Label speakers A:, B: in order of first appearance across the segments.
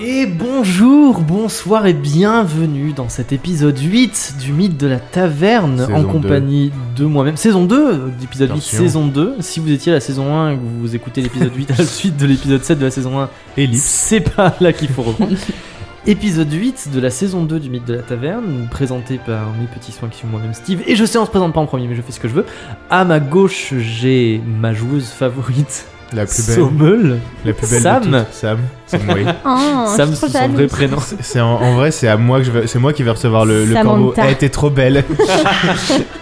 A: Et bonjour, bonsoir et bienvenue dans cet épisode 8 du mythe de la taverne en
B: Saison
A: compagnie de moi-même. Saison 2, euh, l'épisode 8,
B: Attention.
A: saison 2. Si vous étiez à la saison 1 et que vous écoutez l'épisode 8 à la suite de l'épisode 7 de la saison 1, c'est pas là qu'il faut reprendre. épisode 8 de la saison 2 du mythe de la taverne, présenté par mes petits soins qui sont moi-même Steve. Et je sais, on se présente pas en premier, mais je fais ce que je veux. À ma gauche, j'ai ma joueuse favorite,
B: La plus belle.
A: Sommel.
B: La plus belle
A: Sam.
B: de toutes. Sam. Sam, oui.
C: Oh,
A: Sam,
C: je
A: c'est
C: suis trop
A: son
C: jalouse.
A: vrai prénom.
B: C'est- C'est en, en vrai, c'est à moi que je vais- c'est moi qui vais recevoir le, le
C: Samantha.
B: corbeau. Elle était trop belle.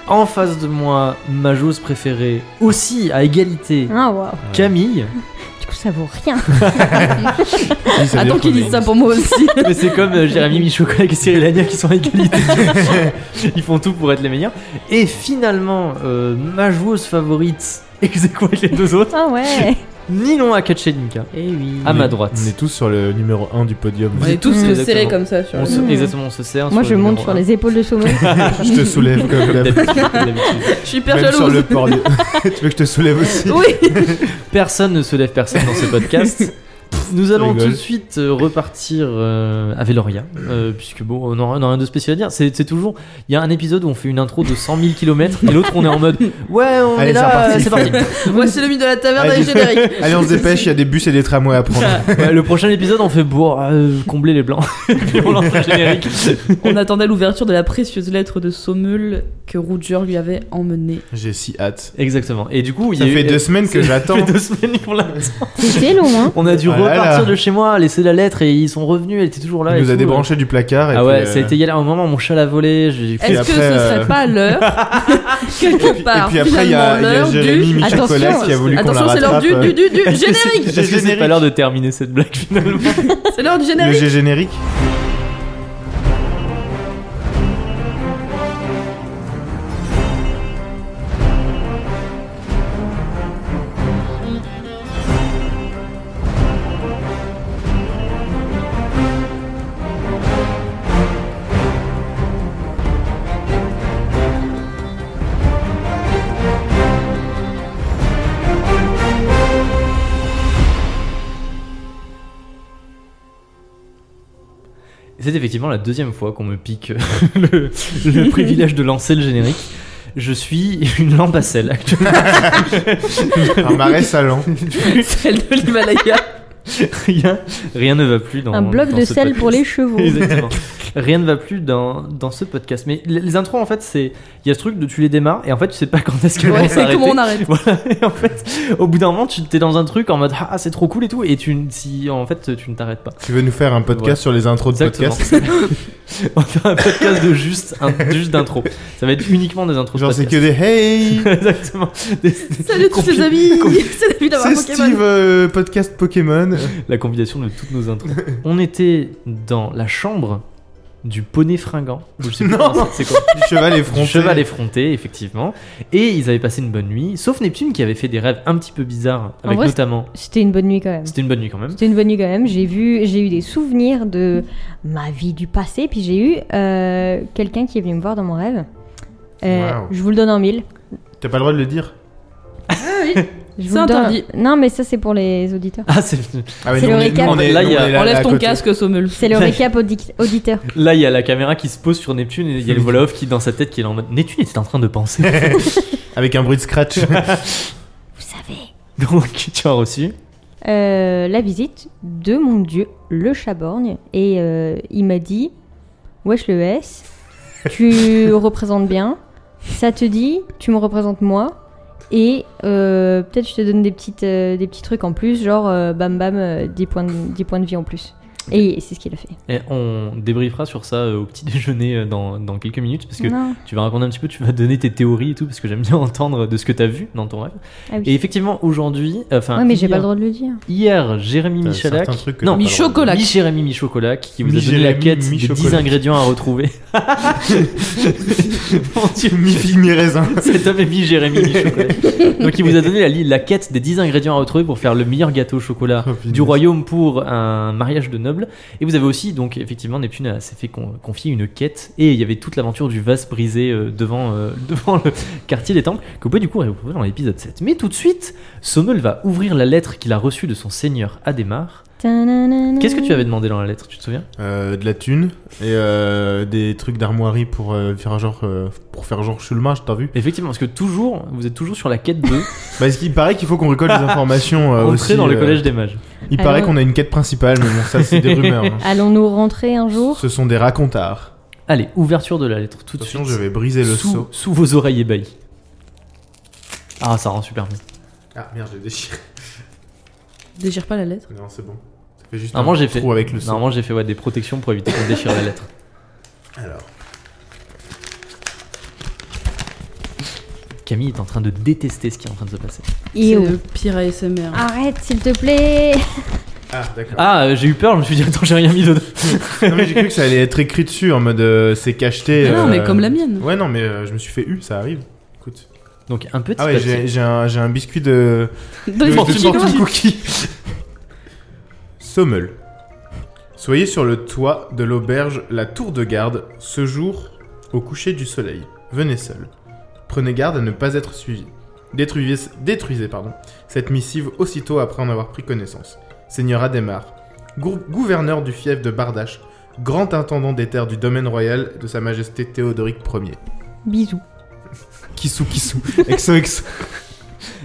A: En face de moi, ma joueuse préférée, aussi à égalité,
D: Hein
C: Ah, waouh.
A: Camille.
C: Du coup, ça vaut rien.
B: Oui, ça veut
D: Attends
B: dire
D: qu'ils
B: qu'on est-
D: disent ça pour moi aussi.
A: Mais c'est comme euh, Jérémy Michouka et Cyril Hanouna qui sont à égalité. Ils font tout pour être les meilleurs. Et finalement, euh, ma joueuse favorite, ex aequo avec les deux autres,
C: Ah ouais.
A: Ninon Akacheninka.
D: Eh oui.
A: À
B: On est-
A: ma droite.
B: On Mm. est tous sur le numéro 1 du podium.
D: On est tous
C: Mmh.
D: serrés
A: Exactement.
D: comme ça. Sur
A: On se-
C: Mmh.
A: Exactement, on se sert.
C: Moi, je monte
D: hein.
C: sur les épaules de Sommel.
B: je te soulève comme d'hab-
D: Je suis hyper
B: Même
D: jalouse.
B: sur le port. du- tu veux que je te soulève aussi
D: Oui.
A: Personne ne se lève, personne dans ce podcast. Nous allons
B: Rigole.
A: tout de suite euh, repartir euh, à Veloria, euh, puisque bon, on n'a on n'a rien de spécial à dire. C'est c'est toujours, il y a un épisode où on fait une intro de 100 000 km et l'autre on est en mode, ouais, on
B: Allez,
A: est
B: c'est
A: là,
B: reparti.
A: c'est parti.
D: Voici le mythe de la taverne et
B: Allez.
D: le générique.
B: Allez, on se dépêche, il y a des bus et des tramways à prendre.
A: Ouais, le prochain épisode, on fait bon, euh, combler les blancs. Et puis on lance le générique.
D: On attendait l'ouverture de la précieuse lettre de Sommel que Roger lui avait emmenée.
B: J'ai si hâte.
A: Exactement. Et du coup, il y
B: Ça
A: a eu-
B: fait deux semaines que
A: Ça
B: j'attends.
A: fait deux semaines qu'on l'attend.
C: C'était long, hein.
A: On a dû
B: Ah là là.
A: repartir de chez moi, laisser la lettre et ils sont revenus. Elle était toujours là.
B: Il
A: et
B: nous
A: tout.
B: a
A: euh.
B: débranché du placard. et
A: Ah
B: puis,
A: ouais,
B: euh,
A: ça a été galère. Au moment, mon chat l'a volé. j'ai-
B: Et
D: Est-ce que
B: après,
D: ce
B: euh,
D: serait pas l'heure quelque part
B: Et puis après, il y a, il y a
D: finalement, l'heure
B: Jérémy
D: du...
B: Michel
C: Attention,
B: Collas qui a voulu qu'on la
D: Attention, c'est l'heure
B: rattrape.
D: du, du, du, du générique.
A: Est-ce que c'est pas l'heure de terminer cette blague finalement
D: C'est l'heure du
B: euh, Le
D: générique.
B: G générique
A: C'est effectivement la deuxième fois qu'on me pique euh, le, le privilège de lancer le générique. Je suis une lampe à sel actuellement.
B: Un marais salant.
D: Celle de l'Himalaya.
A: Rien, rien ne va plus dans
C: Un bloc
A: dans
C: de
A: ce
C: sel
A: podcast.
C: pour les chevaux.
A: Exactement. Rien ne va plus dans, dans ce podcast. Mais les, les intros, en fait, c'est il y a ce truc de tu les démarres et en fait, tu sais pas quand est-ce qu'elles vont
D: Ouais,
A: s'arrêter.
D: comment on arrête
A: Voilà, et en fait, au bout d'un moment, tu t'es dans un truc en mode ah c'est trop cool et tout, et tu ne- si en fait tu ne t'arrêtes pas.
B: Tu veux nous faire un podcast
A: Voilà.
B: sur les intros de
A: Exactement.
B: podcast
A: On va faire un podcast de juste un, juste d'intro. Ça va être uniquement des intros. de
B: Genre, c'est que
A: podcast.
B: des hey
A: Exactement. Des- des-
D: Salut tous les
A: compli-
D: amis. C'est la vie d'avoir
B: C'est Steve,
D: Pokémon.
B: euh, podcast Pokémon.
A: La combinaison de toutes nos intros. On était dans la chambre du poney fringant. Ou Je sais plus
B: Non.
A: comment c'est- c'est quoi.
B: Du cheval effronté.
A: Du Cheval effronté, effectivement. Et ils avaient passé une bonne nuit, sauf Neptune qui avait fait des rêves un petit peu bizarres,
C: En
A: avec
C: vrai,
A: notamment.
C: C'était une bonne nuit quand même.
A: C'était une bonne nuit quand même.
C: C'était une bonne nuit quand même. J'ai vu, j'ai eu des souvenirs de ma vie du passé. Puis j'ai eu euh, quelqu'un qui est venu me voir dans mon rêve. Euh,
B: Waouh.
C: Je vous le donne en mille.
B: T'as pas le droit de le dire
C: Je vous
D: C'est
C: le donne-
D: interdit.
C: Non, mais ça c'est pour les auditeurs.
A: Ah, c'est.
B: Ah mais
C: C'est
B: nous,
C: le
B: on est-
C: récap.
B: nous, on est-
A: Là,
B: nous,
A: il y a-
B: on est à
D: Enlève ton
B: côté.
D: casque, Sommel.
C: C'est le récap audi- auditeur.
A: Là, il y a la caméra qui se pose sur Neptune et il y a le voix off qui, dans sa tête, qui est en mode Neptune était en train de penser.
B: Avec un bruit de scratch. Euh,
C: Vous savez.
A: Donc, tu as reçu.
C: Euh, la visite de mon dieu, le chaborgne. Et euh, il m'a dit Wesh le S, tu représentes bien. Ça te dit, tu me représentes moi. Et euh, peut-être je te donne des, petites, euh, des petits trucs en plus, genre euh, bam bam, euh, 10, points de, 10 points de vie en plus. Et c'est ce qu'il a fait.
A: Et on débriefera sur ça euh, au petit déjeuner euh, dans, dans quelques minutes, parce que
C: Non.
A: tu vas raconter un petit peu, tu vas donner tes théories et tout, parce que j'aime bien entendre de ce que tu as vu dans ton rêve.
C: Ah oui.
A: Et effectivement, aujourd'hui, euh, enfin,
C: ouais, mais j'ai
A: hier,
C: pas le droit de le dire.
A: hier, Jérémy
B: T'as
A: Michalak.
B: certains trucs que
A: Non,
B: t'as pas le droit de-
D: Michocolac. Colac.
A: Mi Jérémy Michocolac qui vous a
B: Mi
A: donné la
B: Jérémy
A: quête de 10
B: Michocolac.
A: ingrédients à retrouver. Mon Dieu,
B: Mi figue, mi raisin.
A: cet homme est Mi Jérémy Michocolac. Donc il vous a donné la, li- la quête des 10 ingrédients à retrouver pour faire le meilleur gâteau au chocolat
B: Oh, punaise.
A: du royaume pour un mariage de nobles. Et vous avez aussi, donc effectivement, Neptune a- s'est fait con- confier une quête et il y avait toute l'aventure du vase brisé euh, devant, euh, devant le quartier des temples que vous pouvez du coup retrouver dans l'épisode 7. Mais tout de suite, Sommel va ouvrir la lettre qu'il a reçue de son seigneur Adhémar.
C: Putain,
A: Qu'est-ce que tu avais demandé dans la lettre, tu te souviens
B: Euh, de la thune et euh, des trucs d'armoirie pour euh, faire genre euh, pour faire genre je suis le mage, t'as vu
A: Effectivement, parce que toujours, vous êtes toujours sur la quête de
B: Parce qu'il paraît qu'il faut qu'on récolte des informations euh,
A: entrer
B: aussi,
A: dans le
B: euh,
A: collège des mages.
B: Il paraît
C: Alors-
B: qu'on a une quête principale, mais bon, ça c'est des rumeurs. hein.
C: Allons-nous rentrer un jour
B: Ce sont des racontards.
A: Allez, ouverture de la lettre tout de
B: Attention,
A: suite.
B: je vais briser le
A: sous,
B: seau.
A: sous vos oreilles ébahies. Ah, ça rend super bien.
B: Ah merde, j'ai déchiré.
D: Déchire pas la lettre.
B: Non, c'est bon. Ça fait juste
A: Normalement,
B: un
A: Ah, j'ai fait,
B: trou avec le seau.
A: normalement, j'ai fait ouais, des protections pour éviter qu'on déchire la lettre.
B: Alors,
A: Camille est en train de détester ce qui est en train de se passer.
C: Et
D: C'est
C: oh.
D: le pire ASMR.
C: Arrête, s'il te plaît
B: ah d'accord.
A: Ah, euh, j'ai eu peur, je me suis dit, attends, j'ai rien mis dedans.
B: Non mais j'ai cru que ça allait être écrit dessus en mode euh, c'est cacheté.
D: Ah non,
B: euh,
D: mais comme la mienne.
B: Ouais, non, mais euh, je me suis fait eu, ça arrive. Écoute.
A: Donc, un petit
B: Ah ouais, j'ai
A: papier.
B: j'ai un, j'ai un biscuit de.
D: Deux
B: de- de
D: petits
B: fortune
D: doigts.
B: cookie. Sommel. Soyez sur le toit de l'auberge La Tour de Garde ce jour au coucher du soleil. Venez seul. Prenez garde à ne pas être suivi. Détruisez, détruisez pardon, cette missive aussitôt après en avoir pris connaissance. Seigneur Adhémar, gour- gouverneur du fief de Bardache, grand intendant des terres du domaine royal de Sa Majesté Théodoric Ier.
C: Bisous.
B: Kissou Kissou, exo exo.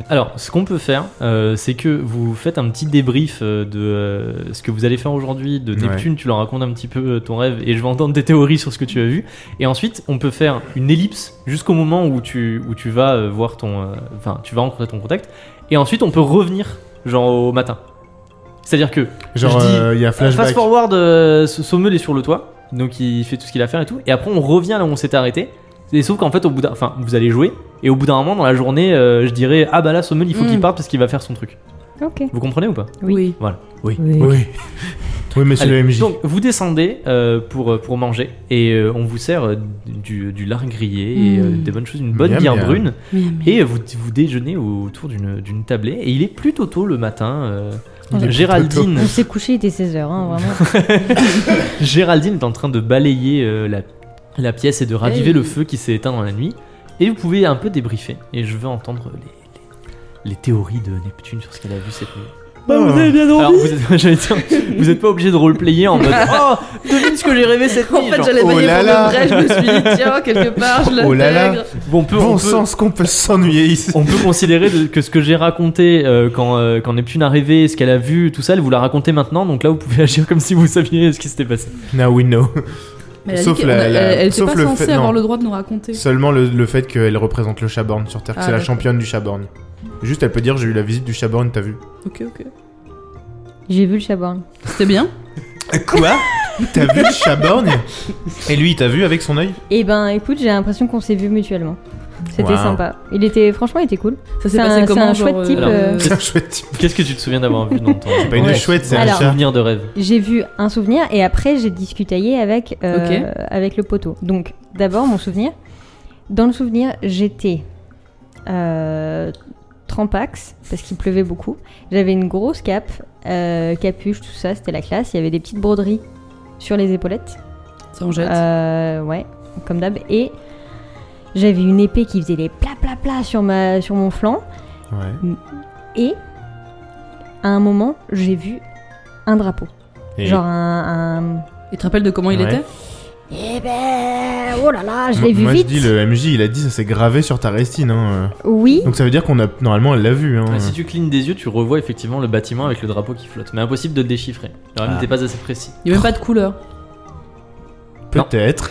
A: Alors, ce qu'on peut faire, euh, c'est que vous faites un petit débrief euh, de euh, ce que vous allez faire aujourd'hui, de
B: Ouais.
A: Neptune, tu leur racontes un petit peu euh, ton rêve, et je vais entendre tes théories sur ce que tu as vu. Et ensuite, on peut faire une ellipse jusqu'au moment où tu, où tu vas euh, voir ton... euh, Enfin, tu vas rencontrer ton contact. Et ensuite, on peut revenir, genre, au matin. C'est-à-dire que
B: Genre,
A: Je dis,
B: euh, il y a
A: Fast
B: flashback.
A: forward, euh, S- Sommel est sur le toit, donc il fait tout ce qu'il a à faire et tout. Et après, on revient là où on s'était arrêté. Et sauf qu'en fait, au bout d'un, enfin, vous allez jouer, et au bout d'un moment dans la journée, euh, je dirais ah bah là, Sommel, il faut
D: Mm.
B: Hmm.
A: qu'il parte parce qu'il va faire son truc.
C: Ok.
A: Vous comprenez ou pas
C: Oui.
D: Oui.
B: Oui. Oui, monsieur
A: Allez,
B: le MJ.
A: Donc vous descendez euh, pour euh, pour manger et euh, on vous sert euh, du, du lard grillé et euh,
D: Mm.
A: des bonnes choses, une bonne
B: Miam,
A: bière
B: Hmm. miam.
A: brune.
D: Miam, miam.
A: Et euh, vous vous déjeunez autour d'une d'une tablée. Et il est plutôt tôt le matin. euh,
B: Il est
A: Géraldine,
C: On s'est couché, il était 16h, hein, vraiment.
A: Géraldine est en train de balayer euh, la, la pièce et de raviver
D: Hey.
A: le feu qui s'est éteint dans la nuit. Et vous pouvez un peu débriefer. Et je veux entendre les, les- les théories de Neptune sur ce qu'elle a vu cette nuit.
B: Bah, vous avez
D: bien
A: Alors, vous êtes, j'allais dire, vous êtes pas obligé de roleplayer en mode Oh, devine ce que j'ai rêvé cette
D: En
A: nuit.
D: fait,
A: genre.
D: j'allais
B: Oh
D: bailler
B: là
D: pour
B: là.
D: de vrai, je me suis dit, tiens, quelque part, je l'intègre.
B: Oh là là.
A: Bon, on peut,
B: Bon
A: on peut-
B: sens qu'on peut s'ennuyer ici.
A: on peut considérer de- que ce que j'ai raconté euh, quand, euh, quand Neptune a rêvé, ce qu'elle a vu, tout ça, elle vous l'a raconté maintenant. Donc là, vous pouvez agir comme si vous saviez ce qui s'était passé.
B: Now we know.
D: Mais elle a
B: Sauf
D: dit qu'on
B: la-
D: a-
B: la-
D: elle, elle était
B: sauf
D: pas
B: le
D: censée
B: fait-
D: avoir
B: non.
D: le droit de nous raconter.
B: Seulement le, le fait qu'elle représente le Chaborn sur Terre, que
D: Ah,
B: c'est la
D: d'accord.
B: championne du Chaborn. Juste, elle peut dire j'ai eu la visite du Chaborn, t'as vu
D: Ok, ok.
C: J'ai vu le chaborn.
D: C'était bien.
B: Quoi T'as vu le Chaborn Et lui, t'as vu avec son œil
C: Eh ben, écoute, j'ai l'impression qu'on s'est vu mutuellement. C'était
B: Wow.
C: sympa. Il était, franchement, il était cool.
D: Ça
C: C'est
D: s'est
C: un-
D: passé
C: c'est
D: comment
C: un
D: genre,
C: chouette type, euh,
B: C'est un chouette type.
A: Qu'est-ce que tu te souviens d'avoir vu dans ton
B: Pas une
C: Ouais.
B: chouette, c'est
C: Alors-
B: un chat.
A: souvenir de rêve
C: J'ai vu un souvenir et après j'ai discutaillé avec, euh, avec le poteau. Donc d'abord mon souvenir. Dans le souvenir, j'étais euh, trempax parce qu'il pleuvait beaucoup. J'avais une grosse cape, euh, capuche, tout ça, c'était la classe. Il y avait des petites broderies sur les épaulettes.
D: Ça en jette.
C: Euh, ouais, comme d'hab. Et j'avais une épée qui faisait les plats plats plats sur, ma, sur mon flanc.
B: Ouais.
C: Et à un moment, j'ai vu un drapeau.
B: Et-
C: Genre un- un
D: Et tu te rappelles de comment il
B: Ouais.
D: était
C: Eh ben, oh là là, je l'ai
B: Moi-
C: vu
B: Moi,
C: vite.
B: je dis, le MJ, il a dit ça s'est gravé sur ta restine. Hein.
C: Oui,
B: euh. Donc ça veut dire qu'on a. Normalement, elle l'a vu. Hein.
A: Ouais, Si tu clignes des yeux, tu revois effectivement le bâtiment avec le drapeau qui flotte. Mais impossible de le déchiffrer. Le rêve
B: Ah.
A: n'était pas assez précis.
D: Il n'y a même pas de couleur.
B: Peut-être.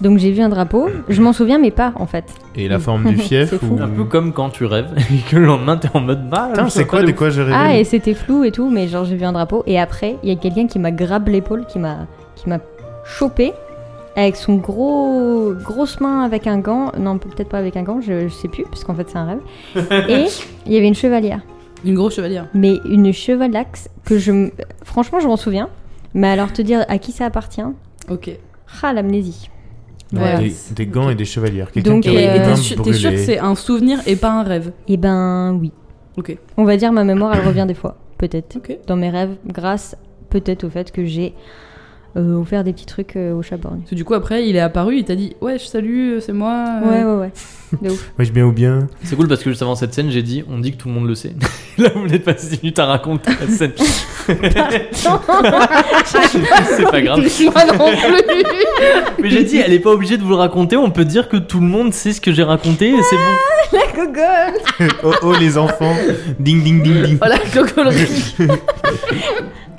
C: donc j'ai vu un drapeau. Je m'en souviens, mais pas en fait.
B: Et la forme du fief
C: C'est fou.
B: ou-
A: Un peu comme quand tu rêves et que le lendemain t'es en mode bah, mal.
B: Putain, c'est quoi de quoi j'ai rêvé
C: Ah, et c'était flou et tout, mais genre j'ai vu un drapeau. Et après, il y a quelqu'un qui m'a grabe l'épaule, qui m'a, qui m'a chopé avec son gros, grosse main avec un gant. Non, peut-être pas avec un gant, je, je sais plus, parce qu'en fait c'est un rêve. et il y avait une chevalière,
D: Une grosse chevalière.
C: mais une chevalaxe que je, m- franchement, je m'en souviens. Mais alors te dire à qui ça appartient
D: Ok.
C: Ah, l'amnésie.
B: Non,
D: Voilà.
B: des, des gants et des chevalières. Quelqu'un
C: Donc, euh,
B: qui
D: Et-
B: aurait
D: et
B: les
D: t'es
B: mains
D: sûr- t'es sûr que
B: brûlées.
D: c'est un souvenir et pas un rêve
C: Eh ben oui.
D: Ok.
C: On va dire ma mémoire, elle revient des fois, peut-être.
D: Ok.
C: Dans mes rêves, grâce peut-être au fait que j'ai euh, offert des petits trucs euh, au chaborgne.
D: Parce que du coup, après, il est apparu, il t'a dit Ouais, salut, c'est moi. euh.
C: Ouais, ouais, ouais. De ouf.
B: Ouais, je bien ou bien.
A: C'est cool parce que juste avant cette scène, j'ai dit on dit que tout le monde le sait. Là, vous n'êtes pas 10 minutes à raconter la scène. C'est pas grave.
C: Moi non plus.
A: Mais j'ai dit, elle est pas obligée de vous le raconter. On peut dire que tout le monde sait ce que j'ai raconté et c'est bon.
C: La gogole.
B: oh oh les enfants, ding ding ding ding.
D: Voilà, cocolerie.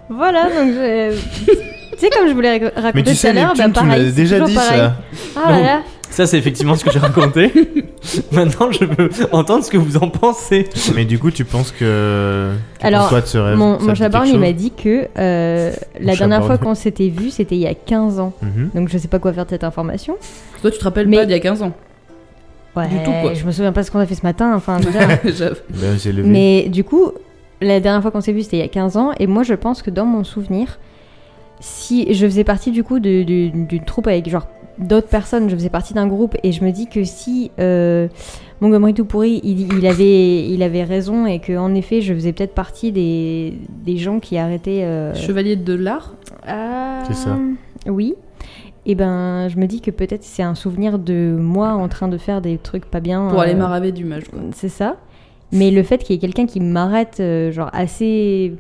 C: Voilà, donc je. Tu sais, comme je voulais rac- raconter
B: Mais tu
C: tout à
B: sais,
C: l'heure, bah
B: Neptune, tu
C: pareil.
B: m'as
C: c'est
B: déjà
C: toujours
B: dit
C: pareil.
B: ça.
C: Ah là là.
A: Ça, c'est effectivement ce que j'ai raconté. Maintenant, je veux entendre ce que vous en pensez.
B: Mais du coup, tu penses que. tu
C: Alors,
B: penses quoi de ce rêve Ça
C: Mon, mon
B: te dit
C: chaperon,
B: quelque
C: il m'a
B: chose
C: dit que euh,
B: Mon
C: la dernière fois
B: chaperon.
C: qu'on s'était vu, c'était il y a 15 ans.
B: Mhm.
C: Donc je sais pas quoi faire de cette information.
D: Toi, tu te rappelles
C: Mais-
D: pas d'il y a 15 ans.
C: Ouais,
D: Du tout, quoi.
C: Je me souviens pas ce qu'on a fait ce matin. Enfin, déjà.
D: J'avoue.
B: Ben, j'ai levé.
C: Mais du coup, la dernière fois qu'on s'est vu, c'était il y a 15 ans. Et moi, je pense que dans mon souvenir, si je faisais partie du coup de- de- d'une troupe avec genre d'autres personnes, je faisais partie d'un groupe. Et je me dis que si euh, Montgomery tout pourri, il, il avait, il avait raison et que en effet, je faisais peut-être partie des, des gens qui arrêtaient. euh,
D: Chevalier de l'art
C: ah,
B: C'est ça.
C: Oui. Et ben, je me dis que peut-être c'est un souvenir de moi en train de faire des trucs pas bien.
D: pour aller
C: euh,
D: maraver du mage, quoi.
C: c'est ça. Mais le fait qu'il y ait quelqu'un qui m'arrête, euh, genre, assez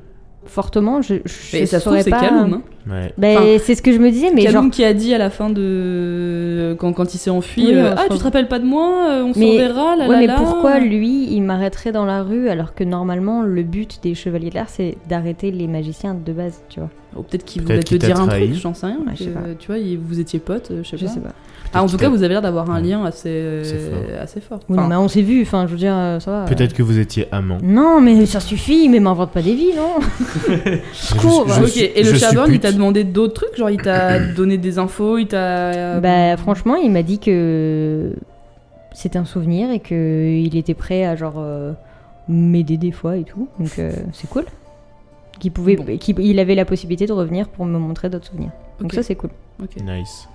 C: fortement, je, je
D: Et ça se trouve,
C: saurais
D: c'est
C: pas...
D: Kaloum. hein.
B: Ouais.
C: Ben,
D: Enfin,
C: c'est ce que je me disais, mais
D: Kaloum
C: genre...
D: qui a dit à la fin de. Quand, quand il s'est enfui
C: Oui, on
D: euh,
C: se
D: Ah, tu
C: revoit.
D: te rappelles pas de moi euh, On se
C: Mais-
D: reverra, là
C: Ouais,
D: là
C: mais
D: là.
C: pourquoi lui, il m'arrêterait dans la rue alors que normalement, le but des chevaliers de l'art, c'est d'arrêter les magiciens de base, tu vois
D: Oh, Peut-être qu'il
B: Peut-être
D: voulait te
B: qu'il t'a
D: dire un
B: trahi.
D: truc, j'en sais rien.
C: Ouais, je sais
D: que,
C: pas.
D: Tu vois, il- vous étiez potes, euh, je sais
C: Je
D: pas.
C: sais pas.
D: Ah, en
B: Peut-être
D: tout cas,
B: que-
D: vous avez l'air d'avoir un
B: Ouais.
D: lien assez, euh,
B: C'est fort.
D: assez fort.
C: Oui,
D: Enfin,
C: mais on s'est vu, enfin, je veux dire, euh, ça va.
B: Peut-être que vous étiez amant.
C: Non, mais ça suffit, mais m'invente pas des vies, non Secours,
B: Je- je-
C: bah.
D: ok,
B: suis-
D: et le
B: je
D: Chaborn, il
B: suppute.
D: t'a demandé d'autres trucs Genre, il t'a donné des infos, il t'a. euh,
C: Bah franchement, il m'a dit que c'était un souvenir et que il était prêt à genre euh, m'aider des fois et tout. Donc euh, c'est cool. Qu'il pouvait,
D: Bon.
C: qu'il- il avait la possibilité de revenir pour me montrer d'autres souvenirs. Donc
D: Ok.
C: ça c'est cool.
D: Ok.
B: Nice.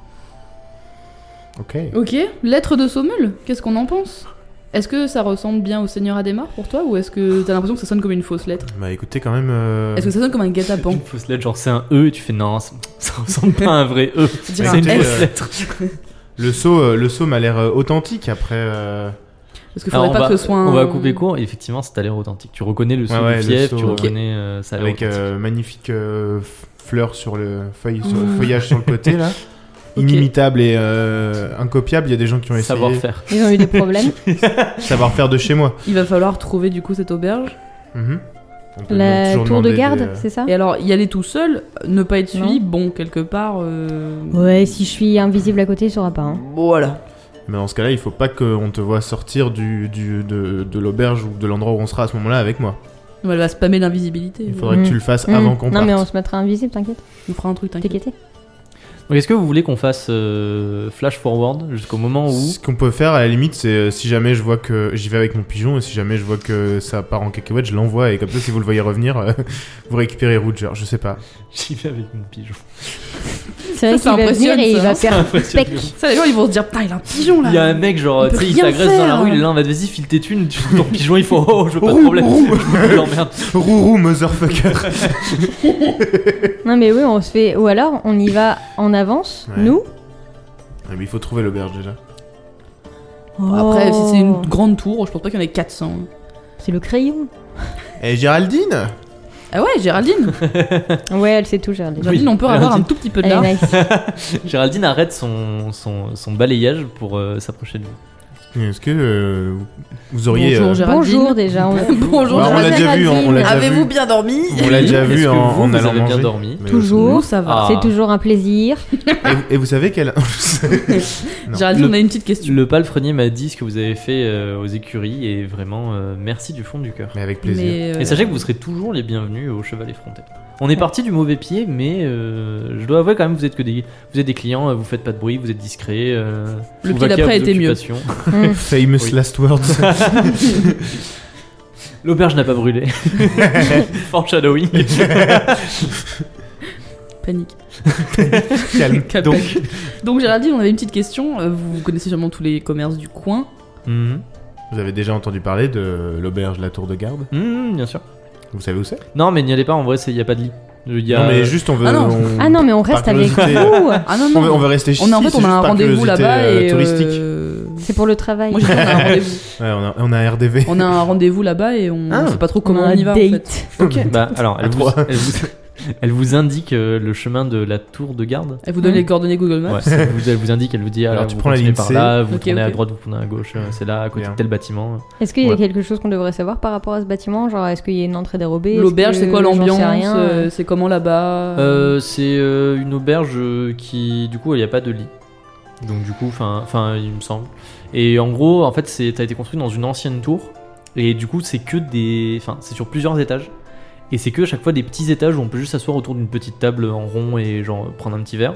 B: Ok.
D: Ok, lettre de Sommel, qu'est-ce qu'on en pense Est-ce que ça ressemble bien au Seigneur Adhémar pour toi ou est-ce que t'as l'impression que ça sonne comme une fausse lettre
B: Bah écoutez, quand même. euh,
D: Est-ce que ça sonne comme un
A: Bon.
D: guet-apens
A: Une fausse lettre, genre c'est un E et tu fais non, ça, ça ressemble pas à un vrai E. C'est
D: Dire un
A: une
B: Écoutez,
D: S
A: fausse
B: euh,
A: lettre.
B: Le saut, euh, le saut m'a l'air euh, authentique après. euh,
D: Parce qu'il faudrait
A: Alors, on
D: pas
A: va,
D: que ce soit un.
A: on va couper court et effectivement, ça a l'air authentique. Tu reconnais le saut
B: ouais, le
A: du fief,
B: saut,
A: tu
B: ouais.
A: reconnais euh, ça a l'air
B: avec
A: authentique.
B: euh, magnifique euh, f- fleurs sur le feuille, sur le
D: Mmh.
B: feuillage sur le côté là.
D: Ok.
B: Inimitable et euh, incopiable. Il y a des gens qui ont essayé.
A: Savoir-faire.
C: Ils ont eu des problèmes.
B: Savoir-faire de chez moi.
D: Il va falloir trouver du coup cette auberge.
B: Mhm. On peut
C: la
B: toujours
C: tour de
B: demander
C: garde,
B: des, euh,
C: c'est ça
D: Et alors, y aller tout seul, ne pas être suivi, bon, quelque part. euh,
C: Ouais, si je suis invisible à côté, il saura pas. hein.
D: Voilà.
B: Mais dans ce cas-là, il faut pas qu'on te voit sortir du, du- de, de l'auberge ou de l'endroit où on sera à ce moment-là avec moi.
D: Elle va spammer l'invisibilité.
B: Il
D: voilà.
B: faudrait
C: Mmh.
B: que tu le fasses
C: Hmm.
B: avant qu'on
C: Non
B: parte.
C: mais on se mettra invisible, t'inquiète.
D: On fera un truc, t'inquiète.
C: T'inquiète.
A: Donc, est-ce que vous voulez qu'on fasse euh, flash forward jusqu'au moment où
B: Ce qu'on peut faire à la limite, c'est euh, si jamais je vois que j'y vais avec mon pigeon et si jamais je vois que ça part en cacahuète, je l'envoie et comme ça, si vous le voyez revenir, euh, vous récupérez Roger. Je sais pas.
A: j'y vais avec mon pigeon
C: C'est vrai
D: Ça, ça
C: qu'il va venir
D: impressionne,
C: et il
D: ça, hein.
C: va faire
A: Impressionnant.
C: pec.
D: Ça, les gens, ils vont se dire, putain, il a un pigeon là
A: Il y a un mec, genre,
D: Il
A: tu sais,
D: peut
A: il
D: rien
A: t'agresse dans la
D: faire.
A: rue, il est là en mode vas-y, file tes thunes, tu- ton pigeon, il faut oh, je veux pas de
B: Roux,
A: problème.
B: roux.
A: Je l'emmerde.
B: Rourou, motherfucker
C: Non mais oui, on se fait. Ou alors on y va en avance,
B: Ouais.
C: nous.
B: Ouais, Ah, Mais il faut trouver l'auberge déjà.
D: Après, si c'est
C: Oh.
D: une grande tour, je pense pas qu'il y en ait 400. hein.
C: C'est le crayon.
B: Et Eh, Géraldine
D: Ah ouais, Géraldine Eh,
C: Ouais, elle sait tout, Géraldine.
A: Oui,
D: Géraldine, on peut avoir un
A: Géraldine.
D: tout petit peu de
C: Elle
D: larme.
C: est nice.
A: Géraldine arrête son, son, son balayage pour euh, s'approcher de vous.
B: Est-ce que euh, vous auriez.
D: Bonjour,
B: euh,
D: Géraldine.
C: Bonjour déjà. on-
D: Bonjour,
B: bah, on l'a déjà vu, on, on l'a déjà vu.
D: bien dormi
B: On l'a déjà
A: Est-ce
B: vu
A: que
B: en,
A: vous,
B: en
A: vous
B: allant
A: avez bien
B: manger.
A: dormi
B: Mais-
C: Toujours.
D: ça va.
A: Ah.
C: C'est toujours un plaisir.
B: Et vous- Et vous savez quelle. Non.
D: Géraldine,
A: Le-
D: on a une petite question.
A: Le palefrenier m'a dit ce que vous avez fait euh, aux écuries et vraiment euh, merci du fond du cœur.
B: Mais avec plaisir.
D: Mais, euh,
A: Et sachez que vous serez toujours les bienvenus au cheval effronté. On est parti du mauvais pied, mais euh, je dois avouer quand même vous êtes que des, vous êtes des clients, euh, vous faites pas de bruit, vous êtes discret. euh,
D: Le
A: vous
D: pied
A: vaquez à
D: d'après
A: vos
D: était mieux.
A: occupations.
C: Mm.
B: Famous
A: Oui.
B: last words.
A: L'auberge n'a pas brûlé. Foreshadowing.
D: Panique.
B: Calme.
D: Calme.
B: Donc,
D: Donc Géraldine, on avait une petite question. Euh, Vous vous connaissez sûrement tous les commerces du coin.
A: Mhm.
B: vous avez déjà entendu parler de l'auberge La Tour de Garde
A: Mhm, bien sûr.
B: Vous savez où c'est
A: Non, mais n'y allez pas, en vrai, il n'y a pas de lit. Il y a- euh,
B: Non, mais juste, on veut.
D: Ah non.
B: on-
C: Ah non, mais on
B: par
C: reste avec
B: Mm. curiosité.
C: vous.
D: Ah non,
B: On
D: non.
B: veut, on veut rester
D: on a, en
B: ici,
D: fait,
B: c'est
D: on a
B: juste
D: un
B: par
D: rendez-vous
B: curiosité,
D: là-bas
B: euh,
D: et.
B: touristique.
D: euh,
C: C'est pour le travail.
D: Moi, j'ai dit, on a un rendez-vous.
B: Ouais, on a, on a un RDV.
D: On a un rendez-vous là-bas et on
B: Ah.
D: sait pas trop
C: On
D: comment
C: a
D: on
C: un
D: y va. en fait.
C: date.
A: Ok, bah alors,
B: À
A: elle vous,
B: trois.
A: elle, vous, elle vous indique euh, le chemin de la tour de garde.
D: Elle vous donne
C: Ouais.
D: les coordonnées Google Maps.
A: Ouais, elle, vous, elle vous indique, elle vous dit
B: Alors,
A: alors,
B: tu
A: vous
B: prends la
A: continuez
B: ligne
A: par
B: C.
A: là, vous
D: Ok,
A: tournez à
D: ok.
A: droite, vous tournez à gauche, euh, c'est là, à côté
B: Bien.
A: de tel bâtiment.
C: Est-ce qu'il y a
A: Ouais.
C: quelque chose qu'on devrait savoir par rapport à ce bâtiment Genre, est-ce qu'il y a une entrée dérobée Est-ce
D: L'auberge,
C: que-
D: c'est quoi
C: j'en sais
D: l'ambiance
C: rien.
D: euh, C'est comment là-bas
A: Euh, c'est euh, une auberge euh, qui, du coup, il n'y a pas de lit. Donc, du coup, enfin, enfin, il me semble. Et en gros, en fait, c'est, t'as été construit dans une ancienne tour. Et du coup, c'est que des, enfin, c'est sur plusieurs étages. Et c'est que à chaque fois des petits étages où on peut juste s'asseoir autour d'une petite table en rond et genre prendre un petit verre.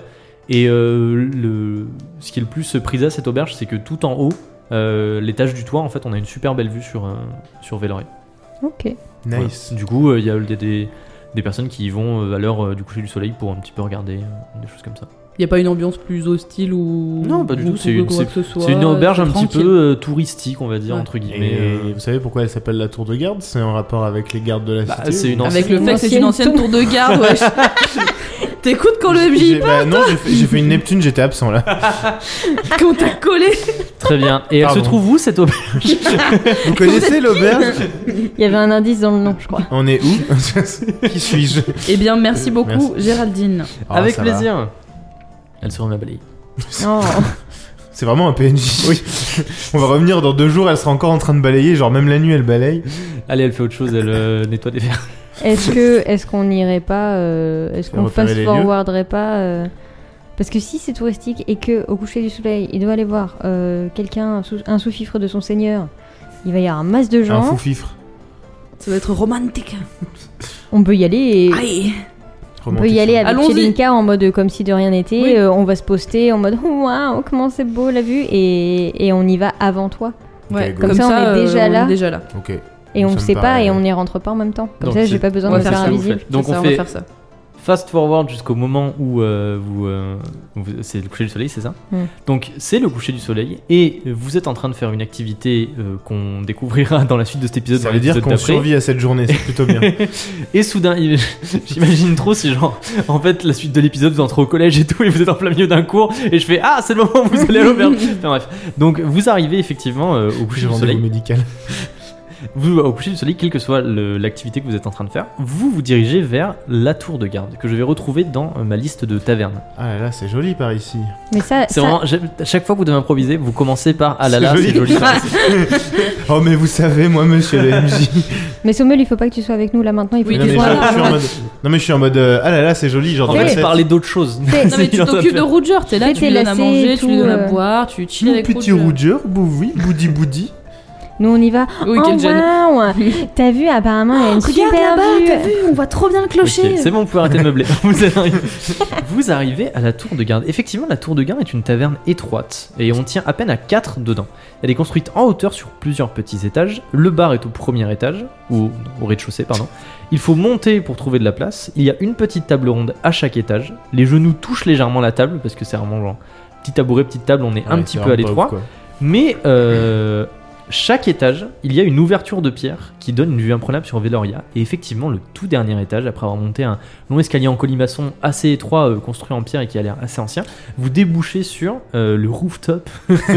A: Et euh, le, ce qui est le plus prisé à cette auberge, c'est que tout en haut, euh, l'étage du toit, en fait, on a une super belle vue sur euh, sur Vélory.
C: Ok.
A: Voilà.
B: Nice.
A: Du coup, euh, il y a des, des, des personnes qui y vont euh, à l'heure euh, du coucher du soleil pour un petit peu regarder euh, des choses comme ça.
D: Il n'y a pas une ambiance plus hostile ou.
A: Non, pas du
D: ou-
A: tout,
D: ou
A: c'est une-
D: quoi que ce soit,
A: C'est une auberge un petit
D: tranquille.
A: peu euh, touristique, on va dire,
D: Ouais.
A: entre guillemets.
B: Et
A: euh,
B: vous savez pourquoi elle s'appelle la tour de garde C'est en rapport avec les gardes de la
A: Bah,
B: cité
A: c'est une
B: ou-
A: ancienne-
D: Avec le fait que c'est
C: Ancienne
D: une ancienne tour de garde, wesh. T'écoutes quand le
B: J'ai-
D: MJ
B: bah, Non, j'ai fait, j'ai fait une Neptune, j'étais absent là.
D: quand t'as collé
A: Très bien. Et elle se
B: Pardon.
A: trouve où cette auberge
B: Vous connaissez l'auberge
C: Il y avait un indice dans le nom, je crois.
B: On est où Qui suis-je
D: Eh bien, merci
A: Euh,
D: beaucoup,
B: Merci.
D: Géraldine.
B: Ah,
A: Avec
B: ça va.
A: plaisir. Elle se remet à balayer.
C: Non.
D: Oh.
B: C'est vraiment un PNJ. Oui. On va revenir dans deux jours, elle sera encore en train de balayer, genre même la nuit elle balaye.
A: Allez, elle fait autre chose, elle euh, nettoie des verres.
C: Est-ce que est-ce qu'on n'irait pas euh, Est-ce
B: Faire
C: qu'on
B: repérer
C: fast
B: les
C: forwarderait pas euh, Parce que si c'est touristique et que au coucher du soleil, il doit aller voir euh, quelqu'un, un sous- un sous-fifre de son seigneur, il va y avoir un masse de
B: Un
C: gens.
B: fou fifre.
D: Ça va être romantique.
C: on peut y aller. Et...
D: Aïe
C: On peut y aller avec
D: Allons-y.
C: Chelinka en mode euh, comme si de rien n'était.
D: Oui.
C: euh, on va se poster en mode waouh, comment c'est beau la vue et, et on y va avant toi.
D: Ouais,
B: go.
D: comme,
C: Comme
D: ça,
C: ça, on est
D: euh,
C: déjà là.
D: On est déjà là.
B: Ok.
C: Et
B: Ça
C: on
B: me
C: sait pas
B: paraît-
C: et on n'y rentre pas en même temps. Comme
A: Donc
C: ça,
A: c'est-
C: j'ai pas besoin de
D: on va
C: me
D: faire
C: faire
D: ça, vous
C: invisible.
D: C'est
A: Donc
D: ça,
A: on
D: va
A: fait
D: faire ça.
A: fast forward jusqu'au moment où euh, vous, euh, vous- c'est le coucher du soleil, c'est ça
C: Mm.
A: Donc c'est le coucher du soleil et vous êtes en train de faire une activité euh, qu'on découvrira dans la suite de cet épisode.
B: Ça
A: dans
B: veut dire
A: l'épisode
B: qu'on
A: d'après.
B: survit à cette journée, c'est plutôt bien.
A: Et soudain, il- j'imagine trop, c'est genre, en fait, la suite de l'épisode, vous entrez au collège et tout, et vous êtes en plein milieu d'un cours, et je fais, ah, c'est le moment où vous allez à l'auberge. Enfin, bref. Donc, vous arrivez effectivement euh, au coucher
B: J'ai
A: du
B: rendez-vous
A: soleil.
B: médical.
A: Vous, au coucher du soleil, quelle que soit le- l'activité que vous êtes en train de faire, vous vous dirigez vers la tour de garde, que je vais retrouver dans euh, ma liste de tavernes.
B: Ah là là, c'est joli par ici.
C: Mais ça,
A: C'est
C: ça-
A: vraiment, j'ai- à chaque fois que vous devez improviser, vous commencez par, ah là là,
B: C'est
A: c'est
B: joli.
A: joli. par ici.
B: Oh mais vous savez, moi monsieur le MJ.
C: mais Sommel, il faut pas que tu sois avec nous là maintenant. Il faut
D: Oui,
C: que
B: non,
C: tu
B: mais
C: sois
B: je,
C: là.
B: je suis en mode... non mais je suis en mode... euh, ah là là, c'est joli, genre
A: en
B: dans la
A: fait,
B: tête.
A: parler d'autre chose.
C: Fais-
D: Non, mais tu
A: Il est en train de
D: t'occupes de
A: faire-
D: Roger, t'es là,
C: Fais
D: tu
C: tes
D: lui donnes à
C: lacets
D: manger,
C: et
D: tu lui donnes à
C: tout, euh.
D: boire, tu chill
B: Mon
D: avec
B: petit Roger, boui, boudi boudi.
C: Nous, on y va.
D: Oui,
C: oh,
D: quel gêne.
C: waouh T'as vu, apparemment, il y a une super vue.
D: on voit trop bien le
A: Ok, c'est bon, vous pouvez arrêter de meubler. vous, arrivez, vous arrivez à la tour de garde. Effectivement, la tour de garde est une taverne étroite et on tient à peine à 4 dedans. Elle est construite en hauteur sur plusieurs petits étages. Le bar est au premier étage, ou au rez-de-chaussée, pardon. Il faut monter pour trouver de la place. Il y a une petite table ronde à chaque étage. Les genoux touchent légèrement la table parce que c'est vraiment genre petit tabouret, petite table, on est un
B: Ouais,
A: petit
B: c'est
A: peu à
B: vraiment pas
A: l'étroit.
B: ouf, quoi.
A: Mais euh, chaque étage, il y a une ouverture de pierre qui donne une vue imprenable sur Veloria. Et effectivement, le tout dernier étage, après avoir monté un long escalier en colimaçon assez étroit, euh, construit en pierre et qui a l'air assez ancien, vous débouchez sur euh, le rooftop,
C: Oh,
D: Oh.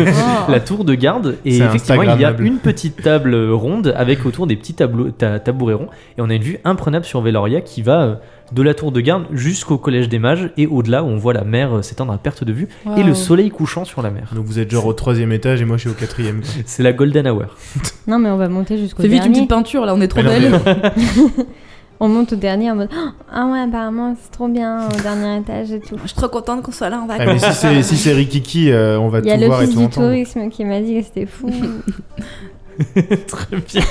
A: la tour de garde. Et
B: C'est
A: effectivement, il y a
B: Instagrammable.
A: une petite table euh, ronde avec autour des petits tableaux, ta- tabourets ronds. Et on a une vue imprenable sur Veloria qui va... euh, de la tour de garde jusqu'au collège des mages et au-delà où on voit la mer euh, s'étendre à perte de vue et le soleil couchant sur la mer.
B: Donc vous êtes genre au troisième étage et moi je suis au quatrième. quoi.
A: C'est la golden hour.
C: Non, mais on va monter jusqu'au
D: Fais vite une
C: dernier.
D: petite peinture là, on est trop
B: Mais non, mais-
D: belle.
C: On monte au dernier en mode Ah ouais, apparemment, c'est trop bien au dernier étage et tout.
D: Je suis trop contente qu'on soit là en
B: Ah, mais si c'est si c'est Rikiki, euh, on va
C: Il y a
B: tout voir et
C: l'office
B: tout
C: du
B: entendre.
C: tourisme qui m'a dit que c'était fou.
A: Très bien.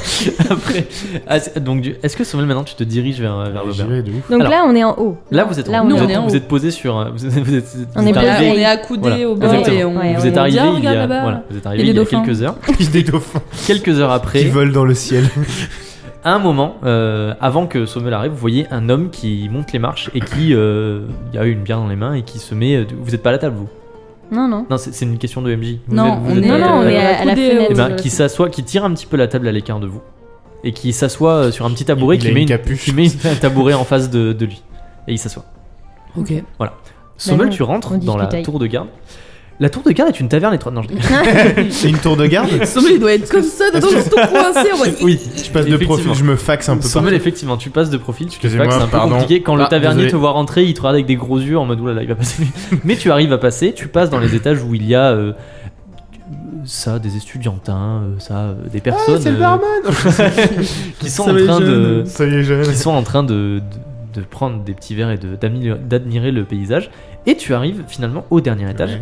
A: Après, ah, c'est- donc du- est-ce que Sommel maintenant tu te diriges vers, vers
B: Ouais,
A: l'auberge
B: j'irai de ouf.
C: Donc
A: Alors,
C: là, on est en haut.
A: Là vous êtes
C: Là,
A: vous
D: on est
A: êtes-
D: en haut.
A: vous êtes posé sur un- vous êtes vous êtes
C: On
A: vous
C: est
A: êtes
D: On est,
C: pas-
A: arrivé
D: on est
A: voilà,
D: accoudés au bord
A: exactement.
D: et on,
C: Ouais,
A: vous
D: on
A: êtes
D: dit,
A: arrivé
D: ah,
A: il y
D: regarde
A: a
D: là-bas.
A: voilà, vous êtes arrivé
D: les
A: il y a
D: dauphins.
A: quelques heures
B: Des dauphins
A: quelques heures
B: qui
A: après
B: volent dans le ciel.
A: à un moment euh, avant que Sommel arrive vous voyez un homme qui monte les marches et qui euh, il a une bière dans les mains et qui se met euh, vous êtes pas à la table vous
C: Non, non.
A: non c'est c'est une question de MJ vous
D: Non,
A: êtes- vous
D: on
A: êtes
D: est,
A: pas à la
C: Non, non,
A: table.
C: on est à- à la
D: accoudés
C: fenêtre.
D: au-
A: Eh ben, qui s'assoit qui tire un petit peu la table à l'écart de vous et qui s'assoit euh, sur un petit tabouret
B: Il
A: qui
B: a
A: met
B: une
A: une
B: capuche.
A: qui met un tabouret en face de, de lui et il s'assoit.
B: Bah
D: Ok.
A: Sommel,
C: non,
A: tu rentres
C: on
A: dans la
C: discute aille.
A: tour de garde. La tour de garde est une taverne étroite. Non, je déconne.
B: C'est une tour de garde
D: Sommel, il Ah, doit être comme ça, dans son tour coincé. en mode-
A: Oui,
B: Je passe de profil, je me faxe un peu
A: Sommel,
B: partout.
A: effectivement, tu passes de profil, tu te
B: Excusez-moi,
A: flaques, c'est un peu
B: pardon.
A: compliqué. Quand
B: Ah,
A: le tavernier
B: désolé.
A: te voit rentrer, il te regarde avec des gros yeux en mode oulala, il va passer lui. Mais tu arrives à passer, tu passes dans les étages où il y a euh, ça, des étudiantins, euh, ça, euh,
B: Ah,
A: des personnes euh, qui sont
B: Ça
A: en
B: les
A: train de.
B: jeunes. Ça y est, jeune.
A: qui sont en train de, de- de prendre des petits verres et de- d'admirer d'admirer le paysage. Et tu arrives finalement au dernier étage.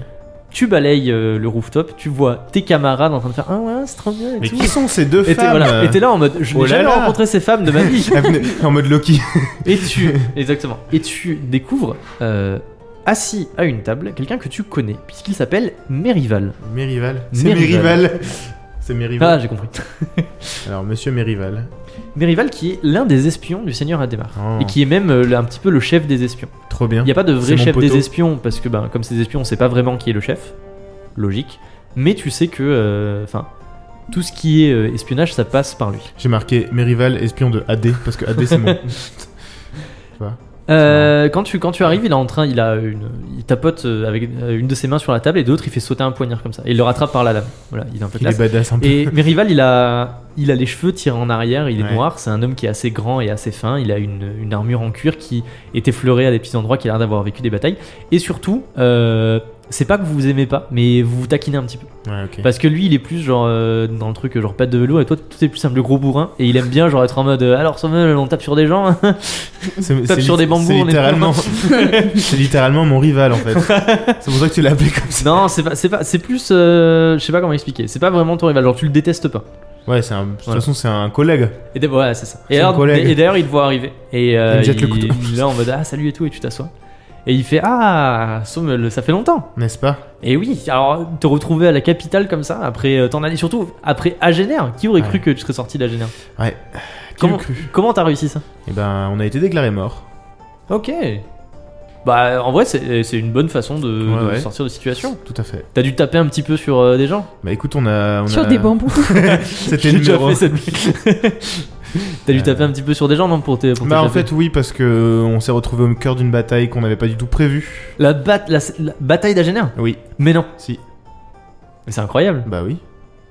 A: Tu balayes euh, le rooftop, tu vois tes camarades en train de faire Ah ouais, c'est trop bien et
B: Mais
A: tout.
B: qui sont ces deux
A: Et t'es
B: femmes
A: voilà,
B: euh,
A: et t'es là en mode Je n'ai
B: Oh là
A: jamais
B: là.
A: rencontré ces femmes de ma vie.
B: elles venaient- En mode Loki.
A: et tu. Exactement. Et tu découvres. euh, Assis à une table, quelqu'un que tu connais, puisqu'il s'appelle Merival.
B: Mérival. C'est
A: Mérival.
B: Mérival. C'est
A: Ah,
B: Mérival.
A: j'ai compris. Ah.
B: Alors, monsieur Mérival.
A: Merival qui est l'un des espions du seigneur Adhémar,
B: Oh,
A: et qui est même euh, un petit peu le chef des espions.
B: Trop bien.
A: Il n'y a pas de vrai
B: C'est mon
A: chef
B: poteau.
A: des espions, parce que ben, comme c'est des espions, on sait pas vraiment qui est le chef. Logique. Mais tu sais que. euh, Enfin. tout ce qui est euh, espionnage, ça passe par lui.
B: J'ai marqué Mérival, espion de AD, parce que AD c'est mon.
A: Euh, quand, tu, quand tu arrives, il est en train. Il, a une, il tapote euh, avec euh, une de ses mains sur la table et de l'autre, il fait sauter un poignard comme ça. Et il le rattrape par la lame. Voilà, il est un peu
B: Il est
A: classe.
B: badass un peu.
A: Et Merival, il a, il a les cheveux tirés en arrière, il est
B: Ouais.
A: noir, c'est un homme qui est assez grand et assez fin, il a une, une armure en cuir qui est effleurée à des petits endroits, qui a l'air d'avoir vécu des batailles. Et surtout, euh, c'est pas que vous vous aimez pas, mais vous vous taquinez un petit peu.
B: Ouais, ok.
A: Parce que lui, il est plus genre euh, dans le truc genre patte de vélo, et toi, tout est plus simple, le gros bourrin, et il aime bien genre être en mode euh, alors Sommel, on tape sur des gens. hein.
B: C'est
A: tape
B: c'est
A: sur
B: lit-
A: des bambous,
B: C'est
A: on est
B: littéralement... c'est littéralement mon rival en fait. C'est pour ça que tu l'as appelé comme ça.
A: non, c'est pas, c'est pas, c'est plus, euh, je sais pas comment expliquer, c'est pas vraiment ton rival, genre tu le détestes pas.
B: Ouais, c'est un... de toute
A: Voilà.
B: façon, c'est un collègue.
A: Et d'ab- voilà, c'est ça. Et
B: C'est
A: alors-
B: mon collègue.
A: et d'ailleurs, il te voit arriver. Et euh,
B: Il me jette le
A: il-
B: couteau.
A: il est là en mode ah salut et tout et tu t'assois. Et il fait ah Sommel, ça fait longtemps.
B: N'est-ce pas
A: Et oui, alors te retrouver à la capitale comme ça après euh, t'en aller surtout après Agener. Qui aurait
B: Ouais.
A: cru que tu serais sorti d'Agener
B: Ouais.
A: Comment
B: Qui l'eût cru
A: comment t'as réussi ça
B: Eh ben, on a été déclaré mort.
A: Ok. Bah en vrai c'est c'est une bonne façon de,
B: Ouais,
A: de
B: ouais.
A: sortir de situation.
B: Tout à fait.
A: T'as dû taper un petit peu sur euh, des gens.
B: Bah écoute, on a. on
C: Sur
B: a-
C: des bambous.
B: C'était
A: J'ai déjà
B: numéro.
A: fait cette blague. T'as dû
B: Euh.
A: taper un petit peu sur des gens non pour tes pour
B: Bah
A: tes
B: en
A: affaires.
B: fait, oui, parce que euh, on s'est retrouvé au cœur d'une bataille qu'on n'avait pas du tout prévue.
A: la, bat- la- la bataille d'Agener.
B: Oui.
A: Mais non.
B: Si.
A: Mais c'est incroyable.
B: Bah oui.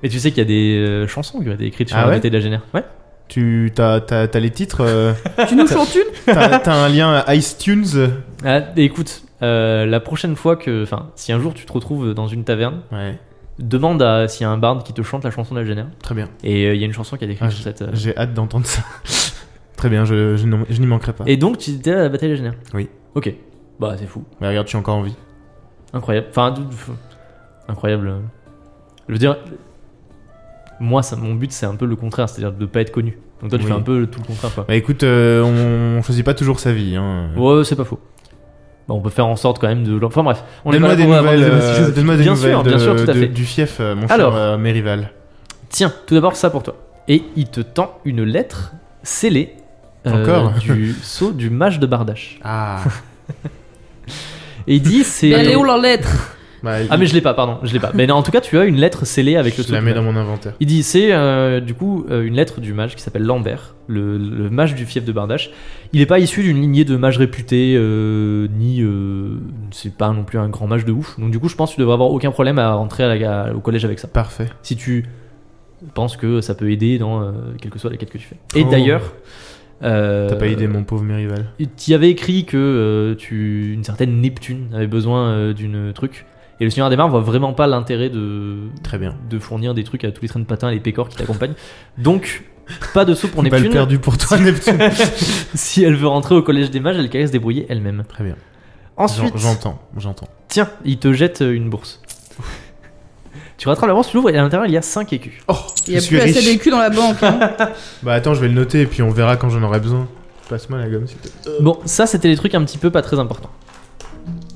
A: Mais tu sais qu'il y a des euh, chansons qui ont été écrites sur
B: Ah
A: la
B: ouais
A: bataille d'Agener. Ouais.
B: Tu t'as, t'as- t'as les titres, euh,
D: Tu nous chantes une
B: t'as, t'as un lien à iTunes.
A: Ah, et écoute, euh, la prochaine fois que. Enfin, si un jour tu te retrouves dans une taverne,
B: Ouais,
A: demande à s'il y a un barde qui te chante la chanson d'Agener.
B: très bien.
A: Et euh, il y a une chanson qui a été écrite
B: Ah,
A: sur cette. euh,
B: J'ai hâte d'entendre ça. très bien, je, je n'en- je n'y manquerai pas.
A: Et donc, tu étais à la bataille d'Agener
B: Oui.
A: Ok. Bah, c'est fou.
B: Mais regarde, je suis encore en vie.
A: Incroyable. Enfin, d- f- incroyable. euh. Je veux dire. Moi, ça, mon but, c'est un peu le contraire, c'est-à-dire de pas être connu. Donc toi, tu
B: Oui.
A: fais un peu tout le contraire, quoi.
B: Bah écoute, euh, on choisit pas toujours sa vie. Hein.
A: Ouais, c'est pas faux. Bah, on peut faire en sorte quand même de. Enfin bref, on est pas
B: Donne-moi
A: là
B: des
A: pour avoir
B: nouvelles,
A: émotions.
B: euh, donne-moi des
A: Bien
B: nouvelles
A: sûr,
B: de-
A: bien sûr, tout à
B: de-
A: fait.
B: du fief, euh, mon
A: Alors.
B: cher euh, Mérival.
A: Tiens, tout d'abord ça pour toi. Et il te tend une lettre scellée euh,
B: Encore
A: du sceau du mage de Bardache.
B: Ah.
A: Et il dit c'est. euh,
D: Mais elle est où leur lettre
B: Bah,
A: Ah mais je l'ai pas, pardon, je l'ai pas. Mais non, en tout cas, tu as une lettre scellée avec
B: je
A: le sceau.
B: la
A: du
B: mets
A: mage.
B: dans mon inventaire.
A: Il dit c'est euh, du coup euh, une lettre du mage qui s'appelle Lambert, le, le mage du fief de Bardache. Il n'est pas issu d'une lignée de mages réputés, euh, ni euh, c'est pas non plus un grand mage de ouf. Donc du coup, je pense que tu devrais avoir aucun problème à rentrer à la- au collège avec ça.
B: Parfait.
A: si tu penses que ça peut aider dans euh, quelle que soit la quête que tu fais. Et
B: Oh.
A: d'ailleurs, euh,
B: T'as pas idée, mon pauvre Mérival.
A: Tu y avais écrit que euh, tu, une certaine Neptune avait besoin euh, d'une truc. Et le Seigneur des Mars voit vraiment pas l'intérêt de,
B: Très bien.
A: de fournir des trucs à tous les trains de patins et les pécores qui t'accompagnent. Donc, pas de saut pour
B: Pas le
A: Neptune.
B: perdu pour toi, Neptune.
A: Si elle veut rentrer au collège des mages, elle qu'à se débrouiller elle-même.
B: Très bien. J'en-
A: Ensuite,
B: J'entends, j'entends.
A: tiens, il te jette euh, une bourse. tu rattrapes la bourse, tu l'ouvres et à l'intérieur il y a 5 écus.
B: Oh, je
D: Il y a
B: suis
D: plus assez
B: riche.
D: d'écus dans la banque. hein.
B: Bah attends, je vais le noter et puis on verra quand j'en aurai besoin. Passe-moi la gomme, s'il te plaît.
A: Bon, ça c'était les trucs un petit peu pas très importants.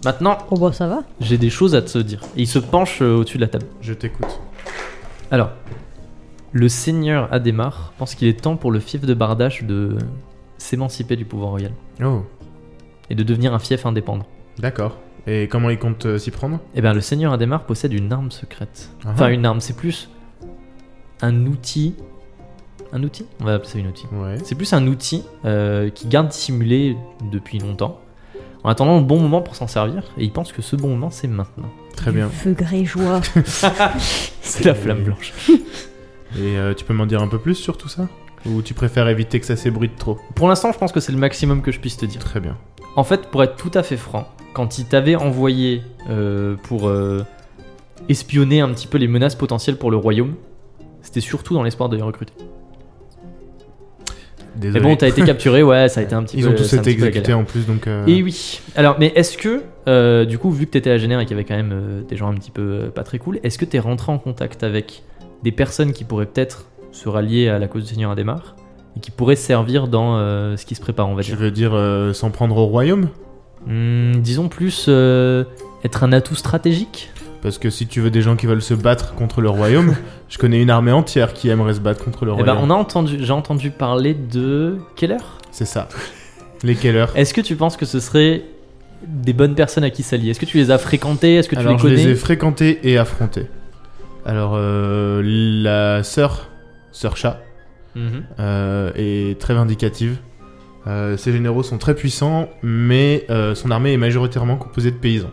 A: Maintenant,
C: Oh bah ça va.
A: j'ai des choses à te dire. Et il se penche euh, au-dessus de la table.
B: Je t'écoute.
A: Alors, le seigneur Adhémar pense qu'il est temps pour le fief de Bardache de s'émanciper du pouvoir royal
B: Oh,
A: et de devenir un fief indépendant.
B: d'accord. Et comment il compte euh, s'y prendre
A: Eh bien, le seigneur Adhémar possède une arme secrète.
B: Ah,
A: Enfin, une arme, c'est plus un outil. Un outil On va appeler ça un outil.
B: Ouais.
A: C'est plus un outil euh, qui garde dissimulé depuis longtemps en attendant le bon moment pour s'en servir, et il pense que ce bon moment c'est maintenant.
B: Très bien.
C: Feu grégeois.
A: C'est la flamme blanche.
B: Et euh, tu peux m'en dire un peu plus sur tout ça Ou tu préfères éviter que ça s'ébruite trop
A: Pour l'instant, je pense que c'est le maximum que je puisse te dire.
B: Très bien.
A: En fait, pour être tout à fait franc, quand il t'avait envoyé euh, pour euh, espionner un petit peu les menaces potentielles pour le royaume, c'était surtout dans l'espoir de les recruter.
B: Désolé.
A: Mais bon, t'as été capturé, ouais, ça a été hein. un petit
B: Ils
A: peu.
B: ont tous
A: c'est un
B: été
A: petit peu la galère.
B: exécutés en plus, donc. euh,
A: Et oui. Alors, mais est-ce que, euh, du coup, vu que t'étais à Génère et qu'il y avait quand même euh, des gens un petit peu euh, pas très cool, est-ce que t'es rentré en contact avec des personnes qui pourraient peut-être se rallier à la cause du Seigneur Adhémar et qui pourraient servir dans euh, ce qui se prépare, on va
B: Tu
A: dire
B: veux dire euh, s'en prendre au royaume
A: Hmm, Disons plus euh, être un atout stratégique
B: Parce que si tu veux des gens qui veulent se battre contre le royaume, je connais une armée entière qui aimerait se battre contre le
A: Eh ben,
B: royaume.
A: on a entendu, j'ai entendu parler de Keller.
B: C'est ça. Les Keller.
A: Est-ce que tu penses que ce serait des bonnes personnes à qui s'allier Est-ce que tu les as fréquentées Est-ce que tu
B: Alors,
A: les
B: je
A: connais
B: les ai fréquentés et affrontés. Alors, euh, la sœur, sœur chat,
A: Mhm.
B: euh, est très vindicative. Euh, ses généraux sont très puissants, mais euh, son armée est majoritairement composée de paysans.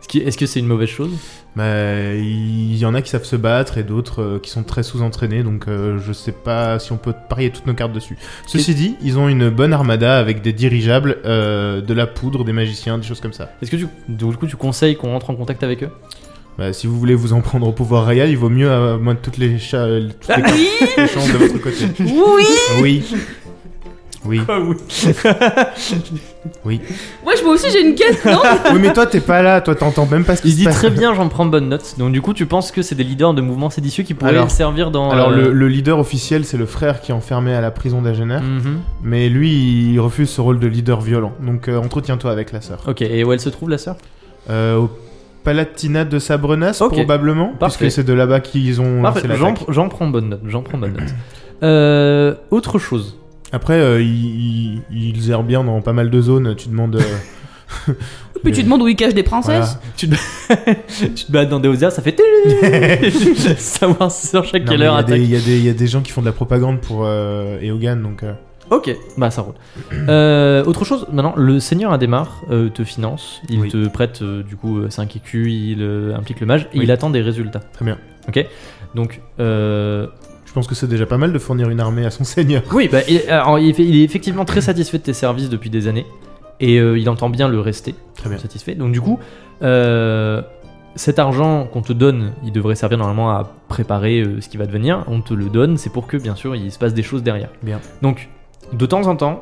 A: Est-ce que- Est-ce que c'est une mauvaise chose
B: Mais Bah, il y en a qui savent se battre et d'autres euh, qui sont très sous-entraînés, donc euh, je sais pas si on peut parier toutes nos cartes dessus. Ceci dit, ils ont une bonne armada avec des dirigeables, euh, de la poudre, des magiciens, des choses comme ça.
A: Est-ce que tu, du coup, tu conseilles qu'on rentre en contact avec eux
B: Bah, si vous voulez vous en prendre au pouvoir royal, il vaut mieux euh, moins de toutes les, cha- euh, toutes les
D: Ah
B: cartes- les chances de votre côté.
D: Oui
B: Oui.
A: oui.
B: Oui.
D: Ouais, moi aussi j'ai une quête, non
B: Oui, mais toi, t'es pas là, toi, t'entends même pas ce qui
A: Il
B: se
A: dit
B: passe.
A: très bien, j'en prends bonne note. Donc, du coup, tu penses que c'est des leaders de mouvements séditieux qui pourraient
B: Alors-
A: servir dans.
B: Alors,
A: euh,
B: le, le leader officiel, c'est le frère qui est enfermé à la prison d'Agener,
A: Mhm.
B: mais lui, il refuse ce rôle de leader violent, donc euh, entretiens-toi avec la sœur.
A: Ok, et où elle se trouve, la sœur
B: Euh, au Palatinat de Sabrenas,
A: Ok.
B: probablement,
A: Parfait.
B: puisque c'est de là-bas qu'ils ont
A: Parfait,
B: lancé
A: j'en,
B: l'attaque.
A: j'en prends bonne note. J'en prends bonne note. Euh, autre chose.
B: Après, euh, ils, ils- ils errent bien dans pas mal de zones, tu demandes... euh,
D: Puis tu
B: les-
D: demandes où ils cachent des
B: voilà.
D: princesses.
A: tu te bats Bah, dans des osières, ça fait. Savoir sur chaque
B: Non,
A: quelle
B: mais
A: heure
B: il y a des-
A: attaque.
B: Il y, a des- il y a des gens qui font de la propagande pour euh, Eogan, donc... euh,
A: Ok, bah ça roule. Euh, autre chose, maintenant, le seigneur Adhémar euh, te finance, il
B: Oui.
A: te prête euh, du coup euh, 5 écus, il euh, implique le mage et
B: Oui.
A: il attend des résultats.
B: Très bien.
A: Donc, euh,
B: Je pense que c'est déjà pas mal de fournir une armée à son seigneur.
A: oui, bah, il, alors, il fait- il est effectivement très satisfait de tes services depuis des années et euh, il entend bien le rester
B: Très bien.
A: satisfait. Donc, du coup, euh, cet argent qu'on te donne, il devrait servir normalement à préparer euh, ce qui va devenir. On te le donne, c'est pour que bien sûr il se passe des choses derrière.
B: Bien.
A: Donc, de temps en temps,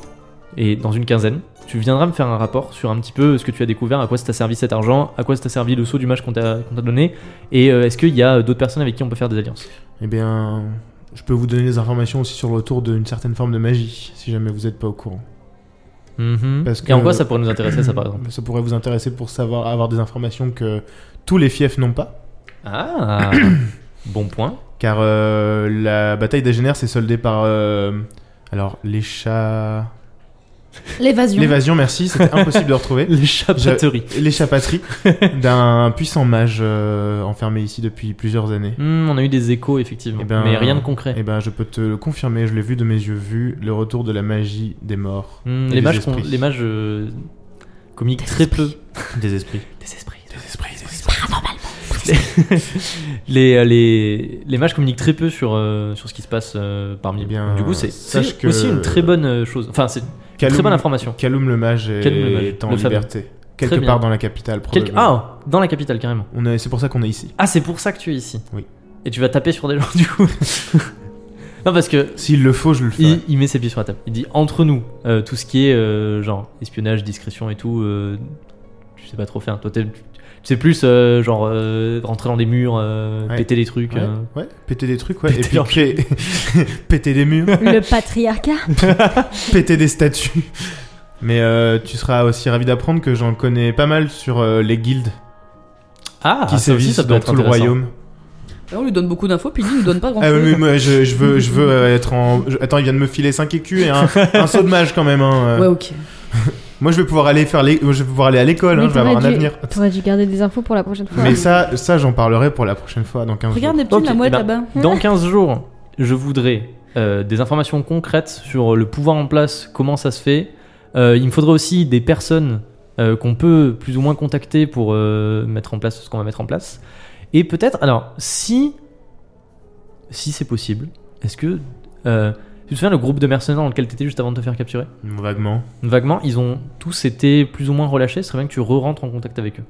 A: et dans une quinzaine, tu viendras me faire un rapport sur un petit peu ce que tu as découvert, à quoi ça t'a servi cet argent, à quoi ça t'a servi le saut du match qu'on t'a qu'on t'a donné, et euh, est-ce qu'il y a d'autres personnes avec qui on peut faire des alliances
B: Eh bien, je peux vous donner des informations aussi sur le retour d'une certaine forme de magie, si jamais vous n'êtes pas au courant.
A: Mhm.
B: Parce
A: Et en
B: que-
A: quoi ça pourrait nous intéresser, ça par exemple
B: Ça pourrait vous intéresser pour savoir avoir des informations que tous les fiefs n'ont pas,
A: Ah Bon point.
B: car euh, la bataille d'Agener s'est soldée par euh, alors les chats,
D: L'évasion.
B: l'évasion, merci, c'était impossible de retrouver.
A: Les chapateries.
B: L'échappaterie d'un puissant mage euh, enfermé ici depuis plusieurs années.
A: Hmm, on a eu des échos, effectivement,
B: Eh ben-
A: mais rien de concret.
B: Eh ben, je peux te le confirmer, je l'ai vu de mes yeux vus, le retour de la magie des morts,
A: Hmm,
B: et
A: les,
B: ben, des
A: mages qu'on-
B: esprits.
A: les mages euh, communiquent très peu.
B: des esprits.
A: Des esprits.
B: Des esprits, des esprits.
A: Les, euh, les, les mages communiquent très peu sur, euh, sur ce qui se passe euh, parmi
B: Eh
A: eux.
B: bien,
A: Du coup, c'est
B: sache
A: c'est
B: que-
A: aussi une très bonne euh, chose. Enfin, c'est une très bonne information.
B: Kaloum le mage est,
A: Kaloum le mage,
B: est en
A: le fameux.
B: liberté. Quelque
A: bien.
B: part dans la capitale,
A: Quelque-
B: probablement.
A: Ah, dans la capitale, carrément.
B: On est- C'est pour ça qu'on est ici.
A: Ah, c'est pour ça que tu es ici.
B: Oui.
A: Et tu vas taper sur des gens, du coup. non, parce que
B: S'il le faut, je le ferai.
A: Il, il met ses pieds sur la table. Il dit entre nous, euh, tout ce qui est euh, genre espionnage, discrétion et tout, euh, tu sais pas trop faire. Toi, t'es- tu sais plus euh, genre euh, rentrer dans des murs, euh,
B: Ouais.
A: péter des trucs.
B: Ouais,
A: euh.
B: ouais, péter des trucs, ouais.
A: Péter
B: et
A: leur-
B: puis créer- péter des murs,
C: Le patriarcat.
B: péter des statues. Mais euh, tu seras aussi ravi d'apprendre que j'en connais pas mal sur euh, les guildes
A: Ah,
B: qui
A: ça aussi,
B: sévissent
A: ça peut
B: dans
A: être
B: tout le
A: intéressant.
B: royaume.
D: on lui donne beaucoup d'infos, puis il nous donne pas grand
B: Ah,
D: chose.
B: mais moi, je, je veux, je veux euh, être en. je- Attends, il vient de me filer 5 écus et un, un saut de mage quand même. hein, euh.
D: Ouais, ok.
B: Moi, je vais pouvoir aller faire les... je vais pouvoir aller à l'école. hein,
C: Mais
B: je vais avoir un
C: t'aurais dû-
B: avenir.
C: T'aurais dû garder des infos pour la prochaine fois.
B: Mais ça, ça, j'en parlerai pour la prochaine fois dans 15
D: Regarde
B: jours.
D: Neptune,
A: Ok,
D: la mouette
A: eh ben,
D: là-bas.
A: Dans 15 jours, je voudrais euh, des informations concrètes sur le pouvoir en place, comment ça se fait, Euh, il me faudrait aussi des personnes euh, qu'on peut plus ou moins contacter pour euh, mettre en place ce qu'on va mettre en place. Et peut-être, alors, si, si c'est possible, est-ce que euh, tu te souviens le groupe de mercenaires dans lequel t'étais juste avant de te faire capturer
B: Vaguement.
A: Vaguement, ils ont tous été plus ou moins relâchés. Ce serait bien que tu re-rentres en contact avec eux.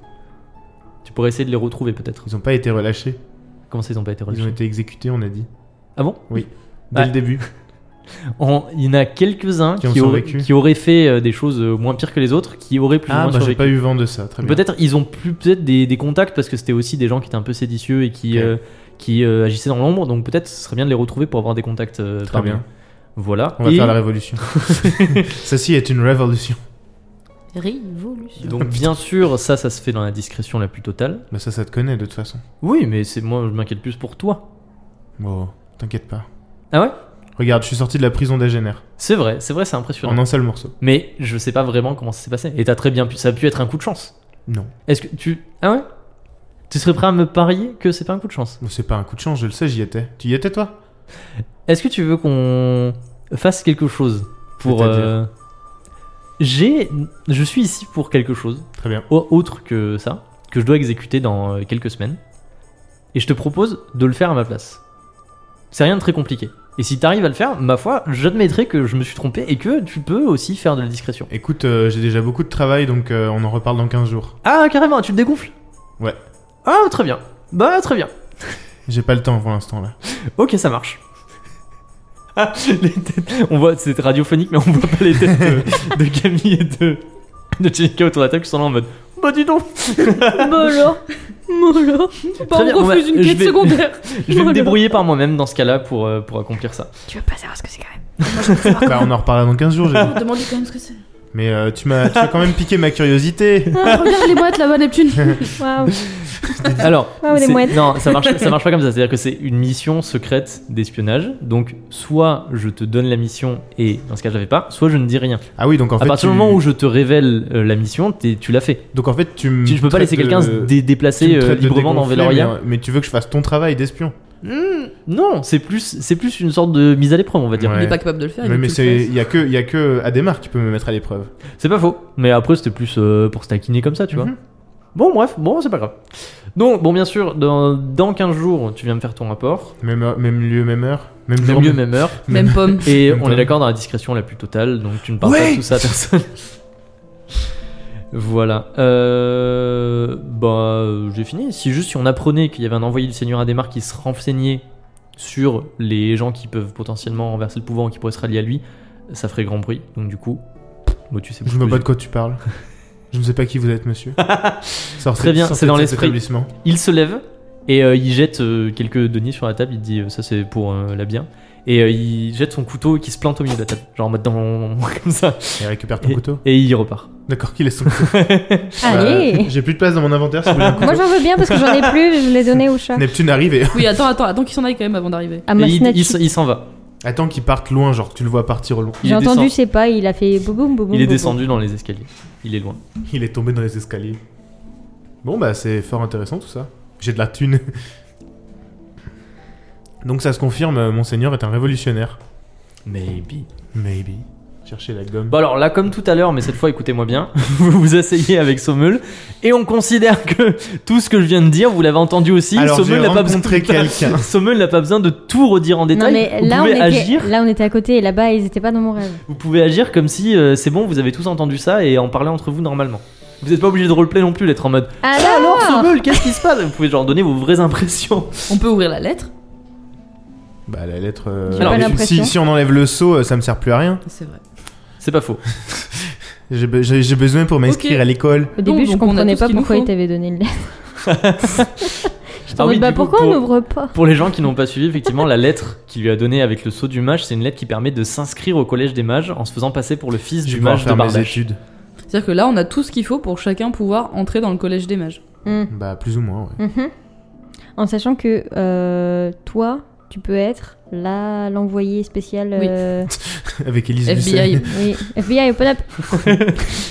A: Tu pourrais essayer de les retrouver peut-être.
B: Ils ont pas été relâchés.
A: Comment ça, ils n'ont pas été
B: Ils
A: relâchés
B: ont été exécutés, on a dit.
A: Ah bon
B: Dès
A: Ouais.
B: le début.
A: On- Il y en a quelques-uns
B: Qui
A: qui,
B: ont
A: auraient,
B: survécu.
A: qui auraient fait euh, des choses euh, moins pires que les autres, qui auraient plus ou
B: Ah,
A: moins
B: bah j'ai
A: survécu.
B: pas eu vent de ça. Très bien.
A: Peut-être ils ont plus peut-être des, des contacts parce que c'était aussi des gens qui étaient un peu séditieux et qui,
B: Ok.
A: euh, qui euh, agissaient dans l'ombre. Donc peut-être ce serait bien de les retrouver pour avoir des contacts. euh,
B: Très
A: parmi
B: bien.
A: eux. Voilà.
B: On va
A: Et
B: faire la révolution. Ceci est une révolution.
C: Révolution.
A: donc bien sûr, ça, ça se fait dans la discrétion la plus totale.
B: Bah ça, ça te connaît de toute façon.
A: Oui, mais c'est moi, je m'inquiète plus pour toi.
B: Bon, t'inquiète pas.
A: Ah ouais
B: Regarde, je suis sorti de la prison d'Agener.
A: C'est vrai, c'est vrai, c'est impressionnant.
B: En un seul morceau.
A: Mais je sais pas vraiment comment ça s'est passé. Et t'as très bien pu, ça a pu être un coup de chance.
B: Non.
A: Est-ce que tu, ah ouais Tu serais prêt à me parier que c'est pas un coup de chance
B: Bon, C'est pas un coup de chance, je le sais, j'y étais. Tu y étais toi
A: Est-ce que tu veux qu'on fasse quelque chose pour
B: C'est-à-dire
A: euh, J'ai, je suis ici pour quelque chose
B: Très bien.
A: au- autre que ça que je dois exécuter dans euh, quelques semaines, et je te propose de le faire à ma place. C'est rien de très compliqué. Et si t'arrives à le faire, ma foi, j'admettrai que je me suis trompé et que tu peux aussi faire de la discrétion.
B: Écoute, euh, j'ai déjà beaucoup de travail, donc euh, on en reparle dans 15 jours.
A: Ah carrément, tu le dégonfles
B: Ouais.
A: Ah très bien. Bah très bien.
B: J'ai pas le temps pour l'instant là.
A: Ok, ça marche. Ah, les têtes. On voit, c'est radiophonique, mais on voit pas les têtes de, de Camille et de, de Jessica autour de la table qui sont là en mode Bah, dis donc
C: Molo. Molo.
A: Très
D: Bah,
A: bien,
D: on
A: on va-
D: refuse une
A: je
D: quête
A: vais-
D: secondaire.
A: Je vais me débrouiller par moi-même dans ce cas-là pour, euh, pour accomplir ça.
C: Tu veux pas savoir ce que c'est quand même.
B: bah, on en reparlera dans 15 jours, j'ai dit.
D: Demandez quand même ce que c'est.
B: Mais euh, tu m'as tu as quand même piqué ma curiosité.
D: Ah, regarde les boîtes là-bas, Neptune.
C: Waouh.
A: Alors,
C: Ah, des
A: c'est-
C: mouettes.
A: non, ça marche, ça marche pas comme ça. C'est-à-dire que c'est une mission secrète d'espionnage. Donc, soit je te donne la mission et dans ce cas, je l'avais pas, soit je ne dis rien.
B: Ah oui, donc en fait.
A: à partir
B: tu-
A: du moment où je te révèle euh, la mission, t'es- tu l'as fait.
B: Donc en fait, tu me.
A: Tu, je peux pas
B: traites
A: laisser quelqu'un
B: de-
A: se dé-
B: tu me
A: déplacer euh,
B: traites de
A: librement dans
B: dégonflé,
A: Veloria.
B: Mais, mais tu veux que je fasse ton travail d'espion
A: Non, c'est plus, c'est plus une sorte de mise à l'épreuve, on va dire.
B: Hmm. Ouais.
D: Il est pas capable Bah, de le faire. il
B: Mais,
D: est
B: mais
D: tout
B: c'est
D: le
B: il y a que il y a que Adhémar qui peut me mettre à l'épreuve.
A: C'est pas faux. Mais après, c'était plus euh, pour se taquiner comme ça, tu vois.
B: Mhm.
A: Bon, bref, bon, c'est pas grave. Donc, bon, bien sûr, dans, dans 15 jours, tu viens me faire ton rapport.
B: Même heure- même lieu, même heure, même,
A: Même
B: jour.
A: lieu, même heure.
D: Même Même pomme.
A: Et
B: Même
A: on
B: pas.
A: est d'accord dans la discrétion la plus totale, donc tu ne parles pas
B: Ouais.
A: de tout ça à personne. voilà. Euh, bah, euh, j'ai fini. Si juste si on apprenait qu'il y avait un envoyé du Seigneur Adhémar qui se renseignait sur les gens qui peuvent potentiellement renverser le pouvoir ou qui pourraient se rallier à lui, ça ferait grand bruit. Donc du coup, Motus c'est
B: Je vois pas de quoi tu parles. Je ne sais pas qui vous êtes, monsieur. Sortez-
A: Très bien,
B: sortez
A: c'est dans
B: de cet
A: l'esprit.
B: établissement.
A: Il se lève et euh, il jette euh, quelques deniers sur la table. Il dit euh, ça c'est pour euh, la bière. Et euh, il jette son couteau qui se plante au milieu de la table, genre en mode dans comme ça.
B: Et récupère ton couteau.
A: Et il repart.
B: D'accord, qu'il est son couteau. Euh,
C: Allez.
B: J'ai plus de place dans mon inventaire. Si vous voulez un
C: Moi
B: couteau.
C: j'en veux bien parce que j'en ai plus, je l'ai donné au chat.
B: Neptune arrive et
D: Oui, attends, attends, attends qu'il s'en aille quand même avant d'arriver.
C: À
A: Et
C: ma
A: il-
C: snatch.
A: il s- il s'en va.
B: attends qu'il parte loin, genre tu le vois partir au long.
A: Il
C: J'ai
A: est
C: entendu,
A: descendu-
C: c'est pas, il a fait boum boum boum.
A: Il est
C: boum.
A: descendu dans les escaliers. Il est loin.
B: Il est tombé dans les escaliers. Bon bah c'est fort intéressant tout ça. J'ai de la thune. Donc ça se confirme, euh, monseigneur est un révolutionnaire.
A: Maybe.
B: Maybe. Cherchez la gomme.
A: Bon alors là, comme tout à l'heure, mais cette fois, écoutez-moi bien, vous vous asseyez avec Sommel et on considère que tout ce que je viens de dire, vous l'avez entendu aussi.
B: Alors,
A: Sommel
B: j'ai
A: n'a pas besoin
B: rencontré
A: de-
B: quelqu'un.
A: Sommel n'a pas besoin de tout redire en
C: Non
A: détail.
C: mais
A: vous
C: là on,
A: pouvez
C: était,
A: agir.
C: là on était à côté et là-bas ils étaient pas dans mon rêve.
A: Vous pouvez agir comme si euh, c'est bon, vous avez tous entendu ça et en parler entre vous normalement. Vous n'êtes pas obligé de roleplay non plus, d'être en mode
C: Ah, Alors,
A: alors Sommel, qu'est-ce qui se passe Vous pouvez genre donner vos vraies impressions.
D: On peut ouvrir la lettre.
B: Bah la lettre. euh,
C: J'ai
A: pas
B: mais
C: l'impression.
B: si, si on enlève le seau, euh, ça me sert plus à rien.
D: C'est vrai.
A: C'est pas faux.
B: J'ai be- J'ai j'ai besoin pour m'inscrire
D: Ok.
B: à l'école.
C: Au
D: Bon,
C: début je
D: donc, on a
C: comprenais
D: tout ce
C: pas
D: qu'il nous
C: pourquoi
D: faut.
C: il t'avait donné le lettre.
A: Ah oui,
C: bah
A: du coup,
C: pourquoi
A: pour-
C: on n'ouvre pas
A: Pour les gens qui n'ont pas suivi, effectivement, la lettre qu'il lui a donnée avec le sceau du mage, c'est une lettre qui permet de s'inscrire au collège des mages en se faisant passer pour le fils
B: Je
A: du
B: vais en
A: mage de
B: faire mes
A: Bardache.
B: études.
D: C'est-à-dire que là, on a tout ce qu'il faut pour chacun pouvoir entrer dans le collège des mages.
C: Hmm.
B: Bah plus ou moins. Ouais.
C: Mhm. En sachant que euh, toi, tu peux être la l'envoyé spécial.
D: Oui.
C: euh,
B: Avec Elise
D: FBI.
B: Lucet.
C: oui. FBI open up.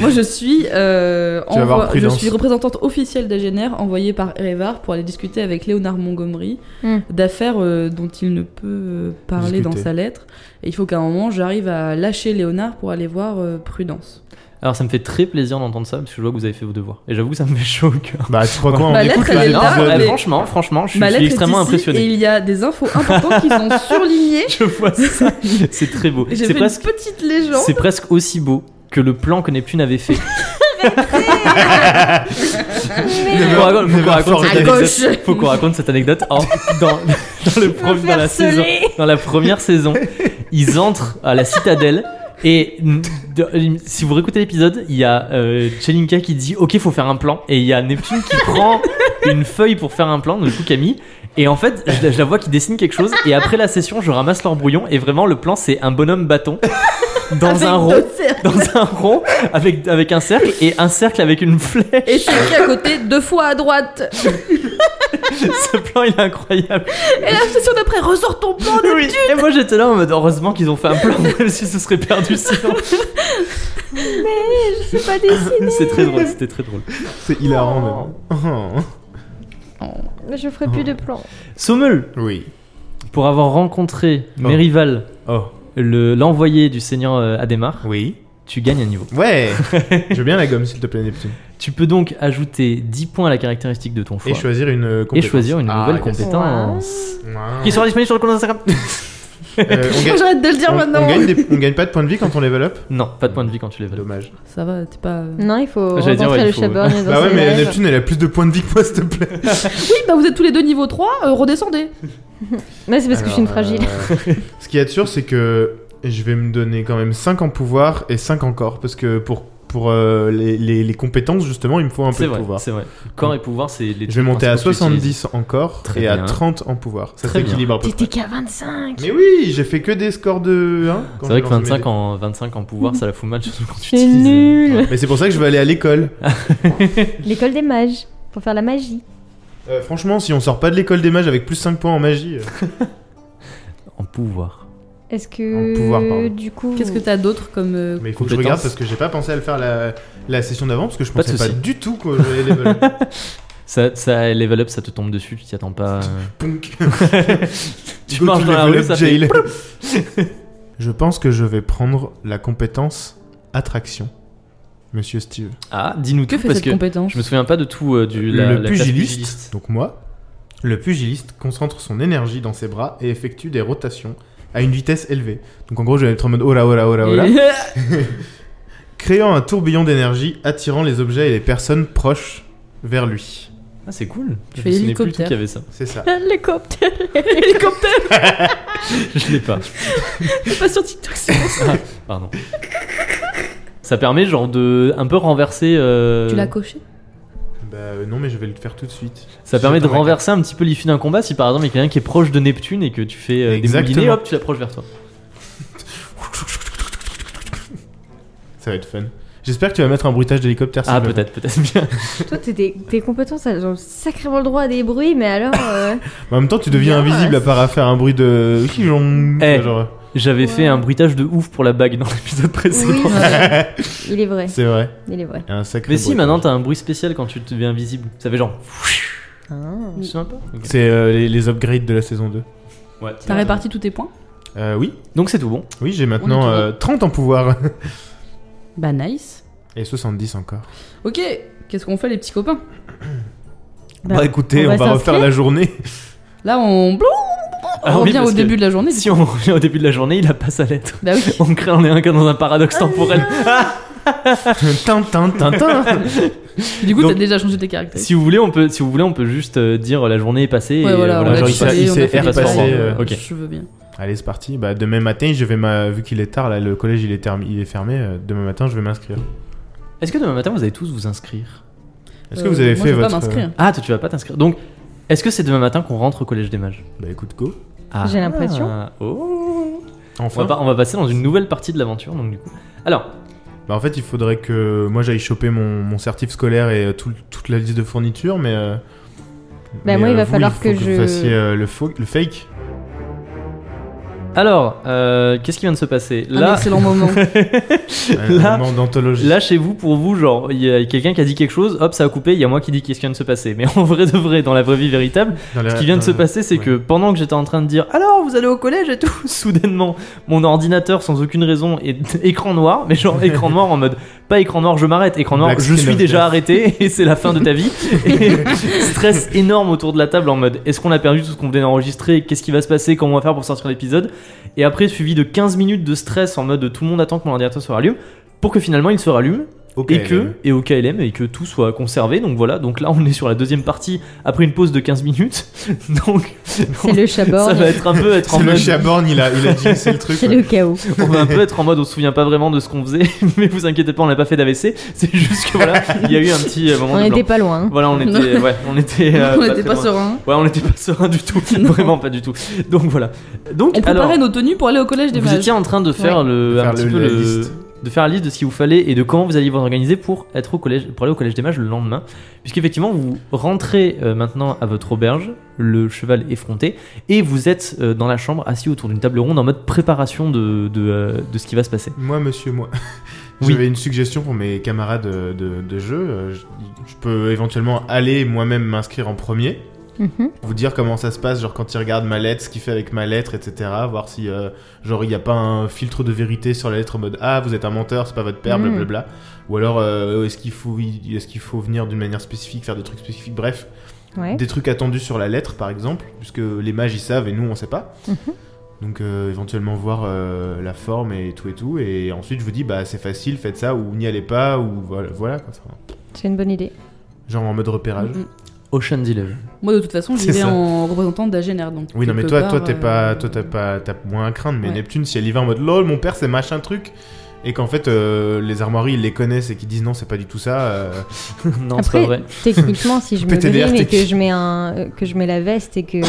D: Moi, je suis, euh,
B: Tu vas avoir
D: envoi- je
B: prudence.
D: suis représentante officielle d'AGNR envoyée par Erevar pour aller discuter avec Léonard Montgomery
C: Hmm.
D: d'affaires euh, dont il ne peut euh, parler dans
B: Discuter.
D: sa lettre. Et il faut qu'à un moment, j'arrive à lâcher Léonard pour aller voir euh, Prudence.
A: Alors ça me fait très plaisir d'entendre ça parce que je vois que vous avez fait vos devoirs. Et j'avoue que ça me fait chaud au cœur.
B: Bah, tu crois quoi On
D: Ma lettre,
B: écoute
D: elle
B: les
D: est là,
A: Non,
B: épisodes.
A: mais
D: mais-
A: franchement, franchement, je suis,
D: Ma
A: je suis
D: lettre est
A: extrêmement
D: ici
A: impressionné.
D: Et il y a des infos importantes qui sont surlignées.
A: Je vois ça. C'est très beau.
D: J'ai
A: C'est
D: fait
A: presque,
D: une petite légende.
A: c'est presque aussi beau que le plan que Neptune avait fait.
B: Never-
A: Faut qu'on raconte- faut
B: never
A: qu'on raconte
B: forget.
A: cette
D: À
A: anecdote-
D: gauche.
A: faut qu'on raconte cette anecdote en- dans, dans le premier- dans la saison. dans la première saison, ils entrent à la citadelle. Et de- si vous réécoutez l'épisode, il y a euh, Chelinka qui dit Ok, faut faire un plan. Et il y a Neptune qui prend une feuille pour faire un plan, du coup Camille. Et en fait, je, la- je la vois qui dessine quelque chose. Et après la session, je ramasse leur brouillon. Et vraiment, le plan, c'est un bonhomme bâton dans un rond. Dans un rond avec, avec un cercle et un cercle avec une flèche.
D: Et c'est écrit à côté deux fois à droite.
A: Ce plan il est incroyable.
D: Et la session d'après, ressort ton plan.
A: Oui. Et moi j'étais là en mode heureusement qu'ils ont fait un plan, même si ce serait perdu sinon.
C: Je sais pas dessiner.
A: C'est très drôle, c'était très drôle.
B: C'est hilarant, même.
C: Je ferai plus de plan.
A: Sommel,
B: Oui.
A: pour avoir rencontré
B: Oh.
A: mes rivales,
B: Oh,
A: le- l'envoyé du seigneur euh, Adhémar,
B: oui.
A: tu gagnes un niveau.
B: Ouais Je veux bien la gomme, s'il te plaît, Neptune.
A: Tu peux donc ajouter 10 points à la caractéristique de ton choix
B: Et choisir une euh,
A: et
B: compétence.
A: choisir une
B: Ah,
A: nouvelle
B: yes.
A: compétence.
B: Wow.
A: Qui sera disponible sur le compte Instagram
B: Euh, on, gagne,
D: J'arrête de le dire
B: on-
D: maintenant.
B: on gagne des- on gagne pas de points de vie quand on level up
A: Non, pas de point de vie quand tu les valides.
B: Dommage.
D: Ça va, t'es pas. euh.
A: Mm.
C: Non, il faut
A: J'allais
C: rencontrer
A: dire, ouais, il
C: le
A: faut-
C: chaborgne dans
B: bah ouais,
C: ses
B: mais
C: rêves.
B: Neptune, elle a plus de points de vie que moi, s'il te plaît.
D: Oui, bah vous êtes tous les deux niveau 3, euh, redescendez.
A: Mm.
C: Mais c'est parce que je suis une
B: Alors,
C: fragile.
B: euh, ce qu'il y a de sûr, c'est que je vais me donner quand même 5 en pouvoir et 5 en corps. Parce que pour, pour euh, les, les- les compétences, justement, il me faut un peu
A: C'est
B: de
A: vrai,
B: pouvoir.
A: c'est vrai. Corps et pouvoir, c'est les
B: Je vais monter à
A: principaux que tu utilises.
B: 70 en corps
A: Très
B: et à
A: bien.
B: 30 en pouvoir. Ça
A: Très bien.
B: s'équilibre à peu près.
C: T'étais qu'à 25.
B: Mais oui, j'ai fait que des scores de 1.
A: C'est vrai que 25 en, 25 en pouvoir, ça la fout mal, surtout quand tu
C: C'est
A: utilises. euh,
C: nul.
B: Mais c'est pour ça que je vais aller à l'école.
C: L'école des mages. Pour faire la magie.
B: Euh, franchement, si on sort pas de l'école des mages avec plus 5 points en magie. euh,
A: En pouvoir.
C: Est-ce que
B: En pouvoir, pardon.
C: du coup
D: Qu'est-ce que t'as d'autre comme. euh,
B: Mais il faut que je
A: Compétences.
B: regarde parce que j'ai pas pensé à le faire la, la session d'avant parce que je
A: Pas de
B: pensais pas,
A: souci.
B: du tout que j'allais level up.
A: Ça, ça level up, ça te tombe dessus, tu t'y attends pas. euh.
B: Punk.
A: Tu
B: Go
A: marches
B: to
A: dans la
B: level
A: rue,
B: up
A: ça fait
B: jail. Je pense que je vais prendre la compétence attraction, monsieur Steve.
A: Ah, dis-nous
D: Que
A: tout
D: fait
A: parce
D: cette
A: que
D: compétence
A: je me souviens pas de tout euh, du la,
B: le
A: la classe
B: pugiliste,
A: pugiliste.
B: donc moi, le pugiliste concentre son énergie dans ses bras et effectue des rotations à une vitesse élevée. Donc en gros, je vais être en mode oh là oh là oh là oh là. créant un tourbillon d'énergie attirant les objets et les personnes proches vers lui.
A: Ah, c'est cool.
D: Tu
A: Je
D: fais
A: me souvenais plus du tout
D: l'hélicoptère.
A: qu'il y avait ça.
B: C'est ça.
C: L'hélicoptère.
D: Hélicoptère,
A: Je l'ai pas.
D: pas sur TikTok. c'est bon.
A: Pardon. Ça permet genre de un peu renverser. euh,
D: Tu l'as coché
B: Bah euh, non, mais je vais le faire tout de suite.
A: ça permet
B: Je
A: de
B: sais pas,
A: renverser un petit peu l'issue d'un combat si par exemple il y a quelqu'un qui est proche de Neptune et que tu fais euh, des
B: Exactement.
A: moulinets, hop, tu l'approches vers toi.
B: mec. Ça va être fun. J'espère que tu vas mettre un bruitage d'hélicoptère.
A: Ah,
B: s'il te plaît.
A: peut-être, peut-être bien.
C: Toi, t'es- tes tes compétences, elles ont sacrément le droit à des bruits, mais alors. euh,
B: Mais En même temps, tu deviens
C: Bien,
B: invisible à part à faire un bruit de.
A: Eh.
B: Genre,
A: J'avais fait
C: Ouais.
A: un bruitage de ouf pour la bague dans l'épisode précédent.
C: Oui,
D: Ouais.
C: il est vrai.
B: C'est vrai.
C: Il est vrai.
B: Il y a Un sacré
A: Mais si,
B: bruitage.
A: maintenant t'as un bruit spécial quand tu deviens invisible. Ça fait genre.
D: Ah.
A: Tu te souviens pas Ok.
B: C'est euh, les, les upgrades de la saison 2.
A: Ouais.
D: T'as réparti tous tes points
B: Euh, oui,
A: Donc c'est tout bon.
B: oui, j'ai maintenant
D: On est
B: euh, 30 en pouvoir.
D: Bah nice.
B: Et 70 encore.
D: Ok, qu'est-ce qu'on fait les petits copains
C: Bah,
B: bah écoutez,
C: on
B: on,
C: va
B: va refaire
C: s'inscrire.
B: la journée.
D: Là on, blou, on
A: Ah oui,
D: revient
A: parce
D: au
A: que-
D: début de la journée.
A: Si on revient au début de la journée, il a pas sa lettre.
D: Bah oui.
A: On crée, on est un cas dans un paradoxe
D: Ah,
A: temporel.
B: Tintin, tintin.
D: Du coup
A: Donc-
D: t'as déjà changé tes caractères.
A: si vous voulez, on peut, si vous voulez, on peut juste euh, dire euh, la journée est passée. et,
D: Ouais
A: euh,
D: voilà, on
B: voilà,
D: a
B: genre, il
D: tout
B: s'est-
D: fait,
B: il
D: on a
B: s'est
D: fait des
B: repassé,
D: travaux,
B: euh,
A: ok.
D: Je veux bien.
B: Allez, c'est parti. Bah, demain matin, je vais m'a... vu qu'il est tard, là, le collège il est, termi- il est fermé. euh, demain matin, je vais m'inscrire.
A: Est-ce que demain matin vous allez tous vous inscrire
B: Est-ce
D: Euh,
B: que vous avez
D: moi,
B: fait
D: je vais
B: votre. euh,
D: pas m'inscrire.
A: Ah, toi tu vas pas t'inscrire. Donc, est-ce que c'est demain matin qu'on rentre au collège des mages
B: Bah, écoute, go.
A: Ah.
C: J'ai l'impression.
A: Oh. On,
B: Enfin.
A: va, pas- on va passer dans une nouvelle partie de l'aventure, donc du coup. Alors,
B: Bah, en fait, il faudrait que moi j'aille choper mon, mon certif scolaire et euh, tout- toute la liste de fournitures, mais. euh,
C: Bah,
B: Mais,
C: moi, il
B: euh,
C: va
B: vous,
C: falloir
B: faut
C: que
B: vous
C: je-
B: fassiez, euh, le, faux- le fake.
A: Alors, euh, qu'est-ce qui vient de se passer
D: Un
A: Là,
D: excellent moment.
B: Un
A: Là-
B: moment euh, d'anthologie.
A: là chez vous, pour vous, genre, il y a quelqu'un qui a dit quelque chose, hop, ça a coupé, il y a moi qui dis qu'est-ce qui vient de se passer. Mais en vrai de vrai, dans la vraie vie véritable,
B: Dans la-
A: Ce qui vient de
B: dans
A: se
B: la-
A: passer, c'est
B: ouais.
A: que pendant que j'étais en train de dire alors vous allez au collège et tout, soudainement mon ordinateur sans aucune raison est écran noir, mais genre écran noir en mode pas écran noir, je m'arrête, écran noir,
B: Black
A: je
B: screen
A: suis
B: of
A: déjà
B: death.
A: arrêté et c'est la fin de ta vie. Et stress énorme autour de la table en mode est-ce qu'on a perdu tout ce qu'on venait d'enregistrer, qu'est-ce qui va se passer, comment on va faire pour sortir l'épisode. Et après, suivi de 15 minutes de stress en mode tout le monde attend que mon ordinateur se rallume pour que finalement il se rallume
B: Ok,
A: et que et au KLM et que tout soit conservé. Donc voilà, donc là on est sur la deuxième partie après une pause de 15 minutes. Donc
C: C'est le
A: ça
C: chaborgne,
A: va être un peu être en
B: C'est le
A: mode
B: chaborn, il a, il a jinxé le truc.
C: c'est le chaos.
A: on va un peu être en mode on se souvient pas vraiment de ce qu'on faisait, mais vous inquiétez pas, on n'a pas fait d'AVC, c'est juste que voilà, il y a eu un petit euh, moment
C: On
A: de
C: était
A: blanc.
C: pas loin. hein.
A: Voilà, on était ouais, on était euh,
D: on n'était
A: très
D: pas
A: loin.
D: serein.
A: Ouais, on n'était pas serein du tout, vraiment pas du tout. Donc voilà. Donc
D: On préparait
A: alors
D: nos tenues pour aller au collège des
A: vous
D: mages.
A: étiez en train de faire le
B: De
A: un
B: faire
A: petit
B: le-
A: peu
B: la
A: le-
B: liste.
A: de faire la liste de ce qu'il vous fallait et de comment vous alliez vous organiser pour être au collège pour aller au collège des mages le lendemain puisqu'effectivement vous rentrez euh, maintenant à votre auberge le cheval effronté et vous êtes euh, dans la chambre assis autour d'une table ronde en mode préparation de, de, euh, de ce qui va se passer
B: Moi, monsieur, moi.
A: Oui.
B: J'avais une suggestion pour mes camarades euh, de, de jeu. Euh, Je, je peux éventuellement aller moi-même m'inscrire en premier.
C: Mhm.
B: Vous dire comment ça se passe, genre quand il regarde ma lettre, ce qu'il fait avec ma lettre, etc. Voir si, euh, genre, il n'y a pas un filtre de vérité sur la lettre en mode Ah, vous êtes un menteur, c'est pas votre père,
C: Mm.
B: blablabla. Ou alors, euh, est-ce qu'il faut, est qu'il faut venir d'une manière spécifique, faire des trucs spécifiques Bref,
C: Ouais.
B: des trucs attendus sur la lettre par exemple, puisque les mages ils savent et nous on sait pas.
C: Mhm.
B: Donc euh, éventuellement voir euh, la forme et tout et tout, et ensuite je vous dis bah c'est facile, faites ça ou n'y allez pas ou voilà, voilà quoi. Enfin,
C: C'est une bonne idée.
B: genre en mode repérage.
D: Mm, mm.
A: Ocean Eleven
D: Moi, de toute façon, j'y
B: C'est
D: vais
B: ça.
D: en représentante d'Agénère. Donc
B: Oui non mais
D: quelque
B: toi
D: part,
B: toi t'es
D: euh,
B: pas toi t'as pas t'as moins à craindre, mais
D: Ouais.
B: Neptune si elle y va en mode lol mon père c'est machin truc. Et qu'en fait, euh, les armoiries, ils les connaissent et qu'ils disent non, c'est pas du tout ça. euh,
A: non c'est pas
C: Après,
A: vrai
C: techniquement, si je me
B: PTDR,
C: brime et
B: technique.
C: que je mets un, euh, que je mets la veste et que je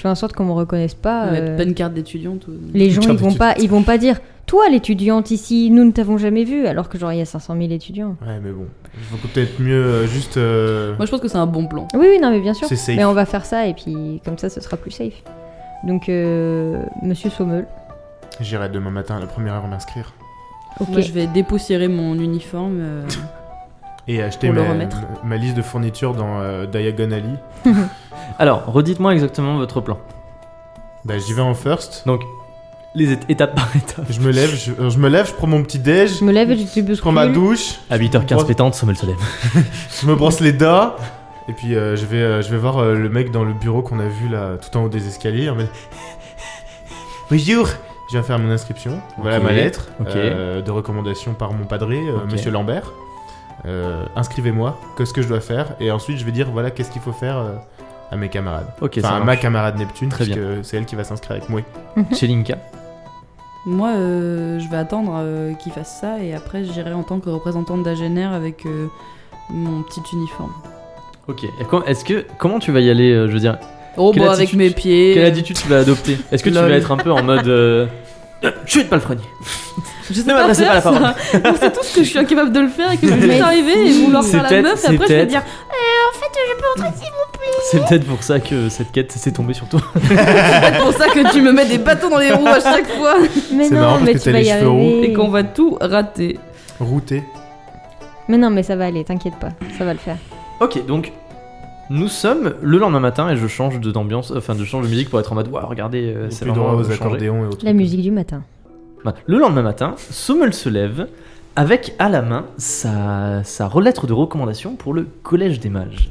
C: fais en sorte qu'on me reconnaisse pas,
D: ouais,
C: euh,
D: Pas une carte d'étudiante. ou-
C: les gens
B: Putain
C: ils vont
B: d'étudiante.
C: pas, ils vont pas dire, toi l'étudiante ici, nous ne t'avons jamais vu, alors que genre il y a 500 000 étudiants.
B: Ouais, mais bon. Il faut peut-être mieux euh, juste. euh,
D: Moi, je pense que c'est un bon plan.
C: Oui, oui, non, mais bien sûr.
B: c'est safe.
C: Mais on va faire ça et puis comme ça, ce sera plus safe. Donc, euh, Monsieur Sommeul,
B: J'irai demain matin à la première heure m'inscrire.
C: ok.
D: Moi, je vais dépoussiérer mon uniforme. euh,
B: Et acheter
D: Pour le
B: ma,
D: remettre.
B: ma- ma liste de fournitures dans euh, Diagon Alley.
A: alors redites-moi exactement votre plan
B: Bah, j'y vais en first.
A: donc les éta- étape par étape
B: Je me lève, je, euh, je me lève, je prends mon petit déj,
C: Je me lève et je dis
B: je prends ma douche,
A: à 8h15
B: Brosse-
A: pétante sommeil se lève
B: je me brosse les dents. Et puis euh, je vais, euh, je vais voir euh, le mec dans le bureau qu'on a vu là, tout en haut des escaliers. en mode, Bonjour. Je viens faire mon inscription. Voilà
A: Ok.
B: ma lettre
A: Ok.
B: euh, de recommandation par mon padré, euh,
A: Ok.
B: Monsieur Lambert. Euh, Inscrivez-moi. Qu'est-ce que je dois faire Et ensuite je vais dire voilà qu'est-ce qu'il faut faire euh, à mes camarades.
A: ok
B: enfin
A: ça
B: à
A: marche.
B: ma camarade Neptune,
A: Très
B: puisque c'est elle qui va s'inscrire avec moi.
A: chez Linka
D: Moi, euh, je vais attendre euh, qu'il fasse ça et après, j'irai en tant que représentante d'Agénère avec euh, mon petit uniforme.
A: ok Et com- est-ce que comment tu vas y aller euh, je veux dire
D: Oh,
A: Quelle
D: bah, avec
A: attitude-
D: mes pieds.
A: Quelle attitude tu vas adopter Est-ce que tu
D: Lol.
A: vas être un peu en mode. euh, Je vais pas le freiner.
D: Je sais
A: Ne
D: pas,
A: m'adressez
D: faire,
A: pas la
D: ça. On sait tous que je suis incapable de le faire et que je vais juste arriver et vouloir
A: C'est
D: faire la
A: peut-être-
D: meuf et
A: c'est
D: après, je vais
A: peut-être-
D: dire
A: C'est peut-être pour ça que cette quête s'est tombée sur toi.
D: C'est pour ça que tu me mets des bâtons dans les roues à chaque fois
C: Mais
B: C'est
C: non,
B: marrant parce
C: mais
B: que
C: tu
B: t'as
C: vas
B: les
C: y
B: cheveux roux.
C: arriver.
D: et qu'on va tout rater.
B: Routé.
C: Mais non, mais ça va aller, t'inquiète pas, ça va le faire.
A: Ok, donc nous sommes le lendemain matin et je change de- d'ambiance, enfin je change de musique pour être en mode waouh, regardez, euh,
B: C'est
A: c'est
B: plus
A: vraiment
B: droit aux
A: changé.
B: accordéons et autres.
C: La musique du matin.
A: Bah, Le lendemain matin, Sommel se lève avec à la main sa, sa relettre de recommandation pour le collège des mages.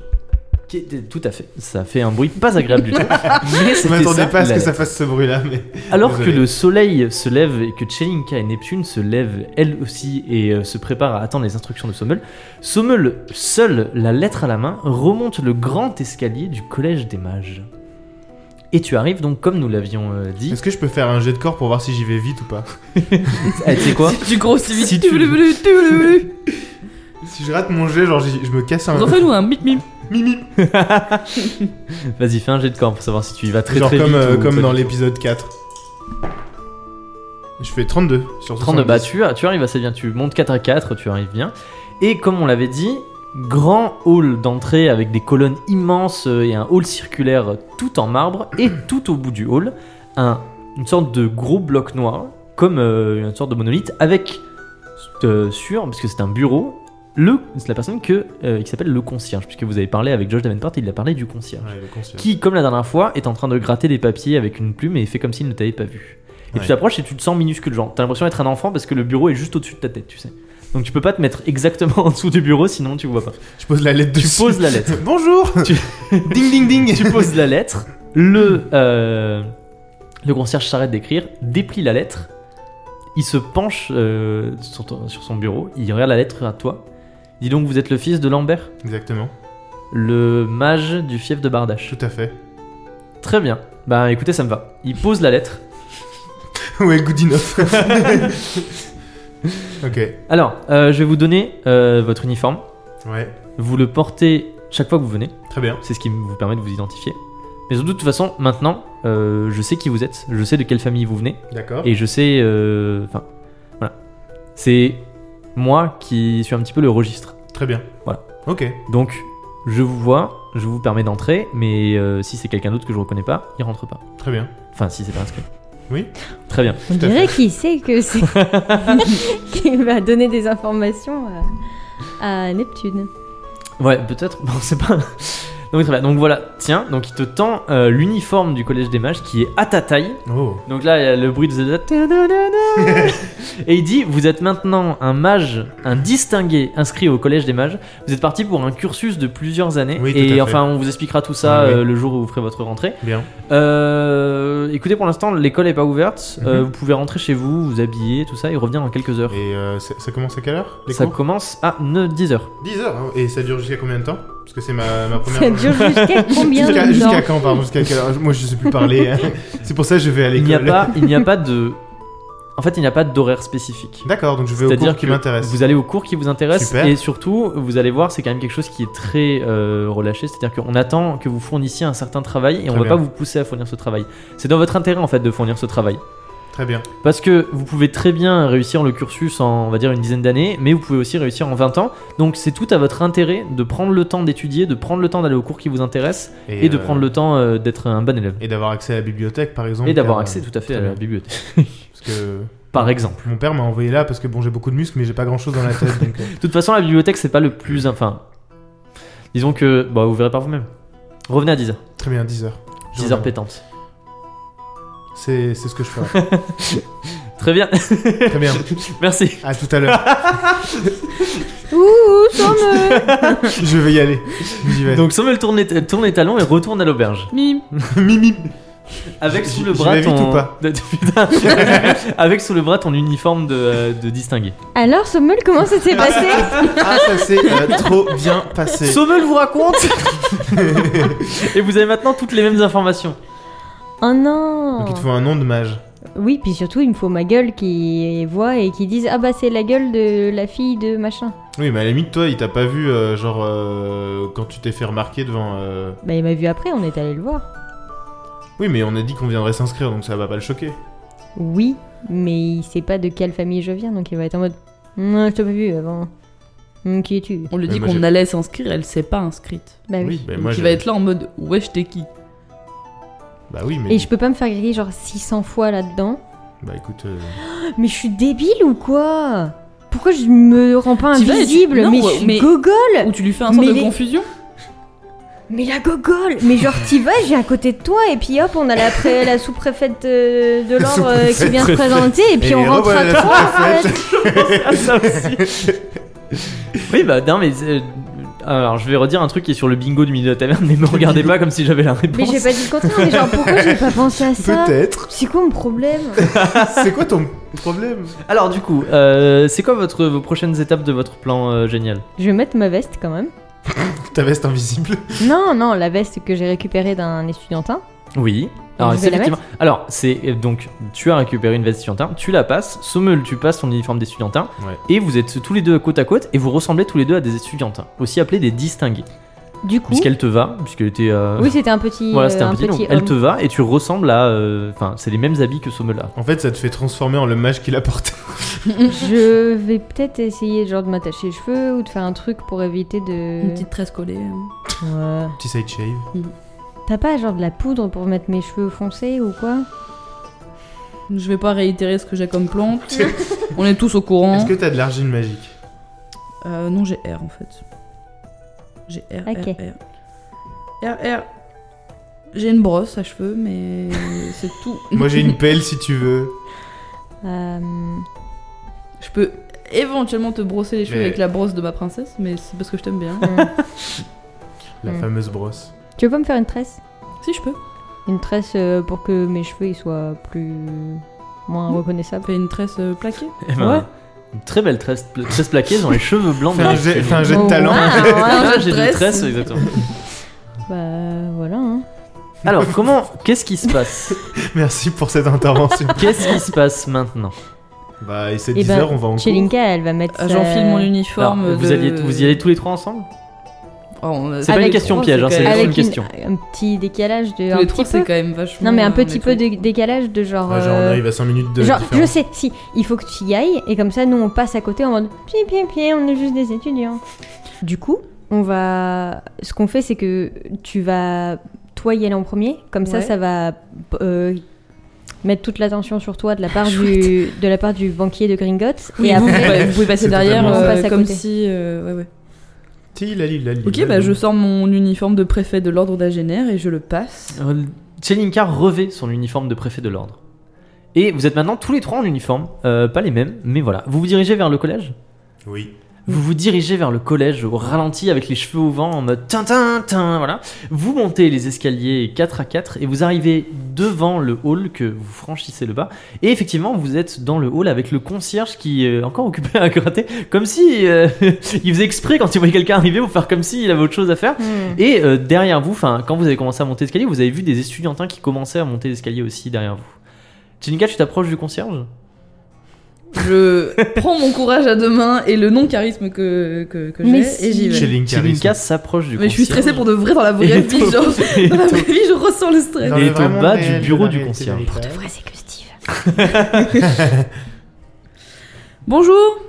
A: Qui était- Tout à fait, ça fait un bruit pas agréable du tout. Mais
B: Je
A: c'était
B: m'attendais
A: ça,
B: pas à ce
A: la
B: que ça fasse ce bruit-là, mais.
A: Alors
B: Désolé.
A: que le soleil se lève et que Chelinka et Neptune se lèvent elles aussi et euh, se préparent à attendre les instructions de Sommel, Sommel, seul la lettre à la main, remonte le grand escalier du collège des mages. Et tu arrives donc, comme nous l'avions euh, dit,
B: Est-ce que je peux faire un jet de corps pour voir si j'y vais vite ou pas
A: Eh, tu sais quoi
D: Tu grossis vite.
A: Si tu-
D: Tublublu, tublublu.
B: Si je rate mon jet, genre j'y- je me casse un.
D: Vous en faites nous un bip bip.
B: Mimi
A: Vas-y, fais un jet de corps pour savoir si tu y vas très
B: Genre
A: très
B: comme,
A: vite.
B: euh,
A: ou
B: comme
A: pas
B: dans
A: du tout.
B: l'épisode 4. Je fais 32 sur
A: 32 bah
B: 70.
A: tu, tu arrives assez bien, tu montes 4 à 4, tu arrives bien. Et comme on l'avait dit, grand hall d'entrée avec des colonnes immenses euh, et un hall circulaire euh, tout en marbre. Et tout au bout du hall, un- une sorte de gros bloc noir, comme euh, une sorte de monolithe, avec euh, sur, parce que c'est un bureau, le, c'est la personne que, euh, qui s'appelle le concierge, puisque vous avez parlé avec Josh Davenport, il a parlé du concierge
B: Ouais, le concierge.
A: qui, comme la dernière fois, est en train de gratter des papiers avec une plume et fait comme s'il ne t'avait pas vu. Et
B: Ouais.
A: tu t'approches et tu te sens minuscule, genre. T'as l'impression d'être un enfant parce que le bureau est juste au-dessus de ta tête, tu sais. Donc tu peux pas te mettre exactement en dessous du bureau, sinon tu vois pas.
B: Je pose la lettre
A: Tu
B: dessus.
A: poses la lettre.
B: Bonjour
A: Tu-
B: Ding ding ding
A: tu poses la lettre, le, euh, le concierge s'arrête d'écrire, déplie la lettre, il se penche euh, sur, ton- sur son bureau, il regarde la lettre à toi. Dis donc, vous êtes le fils de Lambert,
B: Exactement,
A: le mage du fief de Bardache.
B: tout à fait.
A: Très bien. Bah écoutez, ça me va. Il pose la lettre.
B: ouais, good enough. ok,
A: Alors, euh, je vais vous donner euh, votre uniforme.
B: ouais,
A: Vous le portez chaque fois que vous venez.
B: très bien.
A: C'est ce qui vous permet de vous identifier. Mais de toute façon, maintenant, euh, je sais qui vous êtes. Je sais de quelle famille vous venez.
B: D'accord.
A: Et je sais... euh, Enfin, voilà. C'est moi qui suis un petit peu le registre.
B: Très bien.
A: Voilà.
B: Ok,
A: Donc, je vous vois, je vous permets d'entrer, mais euh, si c'est quelqu'un d'autre que je reconnais pas, il rentre pas.
B: très bien.
A: Enfin, si c'est pas inscrit.
B: Oui.
A: Très bien.
C: On
B: Tout à
C: dirait qu'il sait que c'est. qu'il va donner des informations euh, à, à Neptune.
A: Ouais, peut-être, bon, c'est pas. Donc, très bien. Donc voilà, tiens, donc il te tend euh, l'uniforme du Collège des Mages qui est à ta taille.
B: Oh,
A: Donc là, il y a le bruit de Zelda. Et il dit Vous êtes maintenant un mage, un distingué inscrit au Collège des Mages. Vous êtes parti pour un cursus de plusieurs années.
B: Oui, tout à
A: et
B: fait.
A: enfin, on vous expliquera tout ça
B: Oui, oui.
A: euh, le jour où vous ferez votre rentrée.
B: bien.
A: Euh, écoutez, pour l'instant, l'école n'est pas ouverte.
B: Mhm.
A: Euh, vous pouvez rentrer chez vous, vous habiller, tout ça, et revenir dans quelques heures.
B: Et euh, ça, ça commence à quelle heure les
A: ça
B: cours
A: commence à 9, 10 heures.
B: 10 heures. hein. Et ça dure jusqu'à combien de temps Parce que c'est ma, ma première.
C: Ça dure jusqu'à combien
B: Jusqu'à
C: de temps
B: jusqu'à quand, pardon Jusqu'à quelle heure Moi, je sais plus parler. hein. C'est pour ça que je vais à
A: Il
B: l'école.
A: n'y a pas, il n'y a pas de. En fait, il n'y a pas d'horaire spécifique.
B: D'accord, donc je vais au
A: C'est-à-dire
B: cours
A: que
B: qui m'intéresse.
A: vous allez au cours qui vous intéresse
B: Super.
A: et surtout, vous allez voir, c'est quand même quelque chose qui est très euh, relâché. C'est-à-dire qu'on attend que vous fournissiez un certain travail et on
B: Très
A: va
B: bien.
A: pas vous pousser à fournir ce travail. C'est dans votre intérêt en fait de fournir ce travail.
B: Très bien.
A: Parce que vous pouvez très bien réussir le cursus en, on va dire, une dizaine d'années, mais vous pouvez aussi réussir en 20 ans. Donc c'est tout à votre intérêt de prendre le temps d'étudier, de prendre le temps d'aller au cours qui vous intéresse et, de
B: euh,
A: prendre le temps euh, d'être un bon élève.
B: Et d'avoir accès à la bibliothèque, par exemple.
A: et d'avoir
B: car,
A: accès tout à fait
B: euh, très
A: à la
B: bien.
A: bibliothèque.
B: euh, Parce que
A: Par exemple.
B: mon père m'a envoyé là parce que bon, j'ai beaucoup de muscles, mais j'ai pas grand chose dans la tête. donc, euh,
A: De toute façon, la bibliothèque, c'est pas le plus. Enfin. Disons que. Bah, vous verrez par vous-même. Revenez à 10h.
B: Très bien, 10 heures. Je
A: 10h
B: reviens.
A: pétante.
B: C'est c'est ce que je ferai.
A: Très bien,
B: Très bien.
A: merci.
B: À tout à l'heure.
C: Ouh, Où sommes-nous
B: Je vais y aller. J'y vais.
A: Donc, Sommel tourne les, tourne les talons et retourne à l'auberge.
D: Mime.
B: Mimi.
A: Avec
B: J'y-
A: sous le
B: j'y
A: bras
B: vais vite
A: ton.
B: ou pas
A: Putain. Avec sous le bras ton uniforme de, euh, de distingué.
C: Alors, Sommel, comment ça s'est passé
B: Ah, ça s'est euh, trop bien passé.
A: Sommel vous raconte Et vous avez maintenant toutes les mêmes informations.
C: Oh non
B: Donc, il te faut un nom de mage.
C: Oui, puis surtout, il me faut ma gueule qui voit et qui dise Ah bah, c'est la gueule de la fille de machin.
B: Oui, mais à la limite, toi, il t'a pas vu, euh, genre, euh, quand tu t'es fait remarquer devant. euh,
C: Bah, il m'a vu après, on est allé le voir.
B: Oui, mais on a dit qu'on viendrait s'inscrire, donc ça va pas le choquer.
C: Oui, mais il sait pas de quelle famille je viens, donc il va être en mode Non, je t'ai pas vu avant. Hum, qui es-tu
D: On lui
B: Mais
D: dit
B: moi,
D: qu'on
B: j'ai-
D: allait s'inscrire, elle s'est pas inscrite.
C: Bah oui.
B: mais
D: Donc
B: moi,
D: il
B: je-
D: va être là en mode wesh t'es qui
B: Bah oui, mais.
C: Et je peux pas me faire griller genre 600 fois là-dedans.
B: Bah écoute. euh,
C: Mais je suis débile ou quoi Pourquoi je me rends pas
D: T'y vas et tu-
C: invisible
D: Non,
C: Mais je suis
D: mais-
C: gogole
D: Ou tu lui fais un sort
C: Mais
D: de
C: les-
D: confusion
C: Mais la gogole Mais genre t'y vas, j'ai à côté de toi et puis hop, on a la, pré- la sous-préfète euh, de l'ordre euh, qui vient se présenter et puis
B: Et
C: on rentre
B: revoilà
C: à
B: la
C: trois.
B: sous-préfète.
C: arrête.
A: Ah, ça aussi. oui, bah non, mais. euh, alors, je vais redire un truc qui est sur le bingo du milieu de la taverne, mais me regardez pas comme si j'avais la réponse.
C: Mais j'ai pas dit le contraire, mais genre pourquoi j'ai pas pensé à ça
B: Peut-être.
C: C'est quoi mon problème
B: C'est quoi ton problème
A: Alors du coup, euh, c'est quoi votre, vos prochaines étapes de votre plan euh, génial
C: Je vais mettre ma veste quand même.
B: Ta veste invisible.
C: Non, non, la veste que j'ai récupérée d'un étudiantin.
A: Oui.
C: Je
A: Alors
C: vais
A: c'est
C: la
A: effectivement. Alors c'est euh, donc tu as récupéré une veste étudiantin, tu la passes, Sommel tu passes ton uniforme d'étudiantin,
B: Ouais.
A: et vous êtes tous les deux côte à côte et vous ressemblez tous les deux à des étudiantins, aussi appelés des distingués.
C: Du coup,
A: puisqu'elle te va, puisqu'elle était. euh,
C: oui, c'était un petit,
A: voilà,
C: euh,
A: c'était un, petit, donc, Elle
C: homme.
A: te va et tu ressembles à. euh, Enfin, c'est les mêmes habits que Sommela.
B: En fait, ça te fait transformer en le mage qu'il a porté.
C: Je vais peut-être essayer genre de m'attacher les cheveux ou de faire un truc pour éviter de.
D: Une petite tresse collée.
C: Ouais.
D: hein.
B: Petit side shave.
C: T'as pas genre de la poudre pour mettre mes cheveux foncés ou quoi
D: Je vais pas réitérer ce que j'ai comme plante. On est tous au courant.
B: Est-ce que t'as de l'argile magique
D: Euh, non, j'ai R en fait. J'ai R,
C: Ok.
D: R, R. R, R. J'ai une brosse à cheveux, mais c'est tout.
B: Moi, j'ai une pelle si tu veux.
C: Euh,
D: Je peux éventuellement te brosser les cheveux
B: Mais-
D: avec la brosse de ma princesse, mais c'est parce que je t'aime bien.
C: hmm.
B: La
C: Mm.
B: fameuse brosse.
C: Tu veux pas me faire une tresse
D: si je peux.
C: Une tresse euh, pour que mes cheveux ils soient plus. moins
D: Mm.
C: reconnaissables
D: Fais une tresse euh, plaquée.
A: Eh ben,
D: Ouais.
A: Une très belle tresse, tresse plaquée, dans les cheveux blancs.
B: Fais
A: de
B: un
A: la
B: jet,
A: fille.
B: fais un jet de
C: Oh,
B: talent.
C: waouh.
A: Ah,
D: Un jeu de
A: j'ai des
D: tresse.
A: tresses, exactement.
C: Bah voilà. hein.
A: Alors, comment. Qu'est-ce qui se passe
B: Merci pour cette intervention.
A: Qu'est-ce qui se passe maintenant
B: bah, et c'est
C: Eh
B: 10h,
C: ben,
B: on va en cours.
C: Chelinka, elle va mettre. euh,
D: Ah,
C: sa-
D: J'enfile mon
A: Alors,
D: uniforme.
A: vous,
D: de-
A: alliez- vous y allez tous les trois ensemble
D: Oh, on a-
A: C'est pas
C: Avec
A: une question
D: trois,
A: piège, hein,
D: c'est
A: c'est
D: quand
A: juste
C: Avec
A: une question.
C: une- un petit décalage de.
D: Tous
C: un
D: les
C: petit
D: trois,
C: peu.
D: c'est quand même vachement.
C: Non mais un
D: euh,
C: petit peu
D: trucs.
C: de décalage de genre.
B: Ouais, genre, on
C: euh,
B: arrive à 5 minutes de
C: Genre, je
B: différence.
C: sais, si, il faut que tu y ailles, et comme ça, nous, on passe à côté en mode pied, pied, pied, on est juste des étudiants. Du coup, on va. Ce qu'on fait, c'est que tu vas, toi, y aller en premier, comme ça,
D: Ouais.
C: ça va euh, mettre toute l'attention sur toi de la part, du,
D: Chouette.
C: de la part du banquier de Gringotts,
D: Oui,
C: et
D: vous,
C: après.
D: pouvez- vous pouvez passer
B: C'est
D: derrière
B: totalement
D: euh,
C: On passe à
D: comme
C: côté.
D: si. euh, ouais, ouais.
B: Tilali, lali,
D: Ok,
B: lali.
D: bah je sors mon uniforme de préfet de l'ordre d'Agénère et je le passe.
A: Euh, Chelinka revêt son uniforme de préfet de l'ordre. Et vous êtes maintenant tous les trois en uniforme, euh, pas les mêmes, mais voilà. Vous vous dirigez vers le collège
B: Oui.
A: Vous vous dirigez vers le collège au ralenti avec les cheveux au vent en mode tin tin tin, voilà. Vous montez les escaliers 4 à 4 et vous arrivez devant le hall que vous franchissez le bas. Et effectivement, vous êtes dans le hall avec le concierge qui est encore occupé à gratter, comme si euh, il faisait exprès quand il voyait quelqu'un arriver ou faire comme s'il avait autre chose à faire.
C: Hmm.
A: Et euh, derrière vous, enfin, quand vous avez commencé à monter l'escalier, vous avez vu des étudiantins qui commençaient à monter l'escalier aussi derrière vous. Tchinka, tu t'approches du concierge
D: Je prends mon courage à deux mains et le non-charisme que, que, que
C: Mais
D: j'ai
C: si.
D: et j'y
B: Chez
D: vais.
B: Linkaris.
A: Tchinka s'approche du concierge.
D: Mais je suis stressée pour de vrai dans la
A: Et
D: vraie vie.
A: toi-
D: Genre,
A: et
D: dans la
A: toi-
D: vraie vie, je ressens le stress.
B: Dans
A: Et
B: le
A: au
B: vraiment
A: bas du
B: réel de
A: bureau
B: la
A: du
B: réalité
A: concierge.
B: de la
A: Pour
C: De
B: réalité.
C: vrai, c'est que Steve.
D: Bonjour.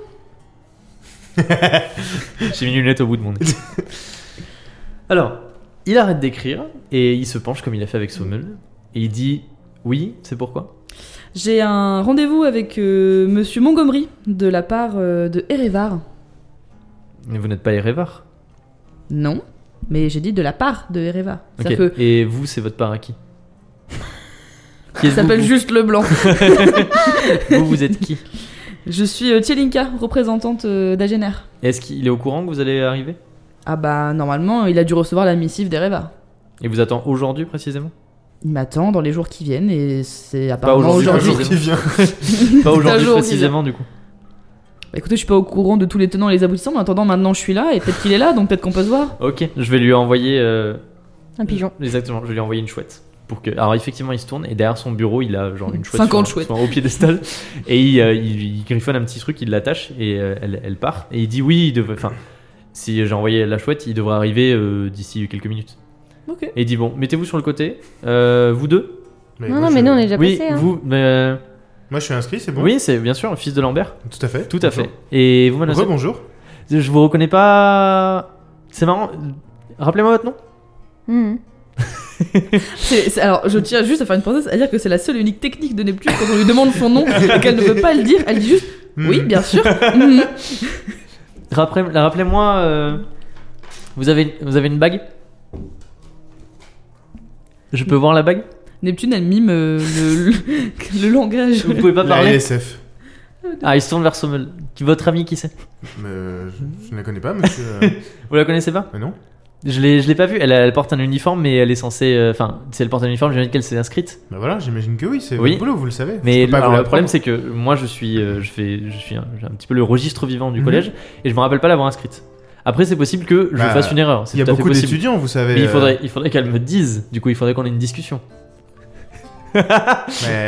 A: J'ai mis une lunette au bout de mon nez. Alors, il arrête d'écrire et il se penche comme il a fait avec Sommel et il dit Oui, c'est pourquoi
D: J'ai un rendez-vous avec euh, Monsieur Montgomery de la part euh, de Erevar.
A: Mais vous n'êtes pas Erevar.
D: Non, mais j'ai dit de la part de Erevar.
A: Ok.
D: C'est-à-dire que
A: Et vous, c'est votre part à qui Qui
D: il
A: êtes-vous
D: s'appelle
A: vous
D: juste Leblanc.
A: Vous, vous êtes qui
D: je suis euh, Tchelinka, représentante euh, d'Agener.
A: Est-ce qu'il est au courant que vous allez arriver
D: Ah bah normalement, il a dû recevoir la missive d'Erevar.
A: Il vous attend aujourd'hui précisément
D: Il m'attend dans les jours qui viennent et c'est apparemment
A: aujourd'hui,
D: aujourd'hui.
A: pas
B: Le jour qui vient.
A: Pas aujourd'hui
D: jour,
A: précisément, du coup.
D: Bah écoutez, je suis pas au courant de tous les tenants et les aboutissants, mais en attendant, maintenant je suis là et peut-être qu'il est là, donc peut-être qu'on peut se voir.
A: Ok, je vais lui envoyer. euh,
C: Un pigeon.
A: Exactement, je vais lui envoyer une chouette. Pour que... Alors, effectivement, il se tourne et derrière son bureau, il a genre une chouette.
D: 50
A: sur un-
D: chouettes.
A: sur un- Au piédestal. et il, euh, il- il griffonne un petit truc, il l'attache et euh, elle, elle part. Et il dit oui, il devrait. Enfin, si j'ai envoyé la chouette, il devrait arriver euh, d'ici quelques minutes.
D: Ok.
A: Et il dit bon, mettez-vous sur le côté. Euh, vous deux
C: Non,
B: moi,
C: non, mais
B: je-
C: nous, on est déjà
A: Oui,
C: passé. hein.
A: vous. mais, euh,
B: Moi, je suis inscrit, c'est bon
A: Oui, c'est bien sûr, fils de Lambert.
B: Tout à fait.
A: Tout à fait. Et vous, mademoiselle
B: Rebonjour.
A: Je vous reconnais pas. C'est marrant. Rappelez-moi votre nom.
C: Hmm.
D: C'est- c'est- alors, je tiens juste à faire une parenthèse, à dire que c'est la seule et unique technique de Neptune quand on lui demande son nom et qu'elle ne peut pas le dire, elle dit juste oui,
B: Mm.
D: bien sûr. Mhm.
A: Rappelez- Rappelez-moi, euh, vous, avez, vous avez une bague Je peux voir la bague
D: Neptune, elle mime euh, le, le- le langage.
A: Vous pouvez pas
B: La
A: parler
B: LSF.
A: Ah, il se tourne vers Sommel. Qui- Votre ami, qui c'est
B: Mais, euh, je, je ne la connais pas, monsieur. euh,
A: Vous la connaissez pas
B: mais non.
A: Je l'ai je l'ai pas vue. Elle, elle porte un uniforme, mais elle est censée. euh, Enfin, si elle porte un uniforme, j'imagine qu'elle s'est inscrite.
B: Bah voilà, j'imagine que oui, c'est
A: Oui.
B: votre boulot, vous le savez.
A: Mais
B: Je peux pas
A: alors,
B: vous
A: le problème,
B: l'apprendre.
A: c'est que moi, je suis, euh, je fais, je suis un, j'ai un petit peu le registre vivant du
B: Mhm.
A: collège et je me rappelle pas l'avoir inscrite. Après, c'est possible que je
B: Bah,
A: fasse une erreur. C'est
B: Il y a
A: tout à fait
B: beaucoup
A: possible.
B: d'étudiants, vous savez.
A: Mais il
B: euh,
A: faudrait, il faudrait qu'elle me dise. Du coup, il faudrait qu'on ait une discussion.
B: Mais Mhm.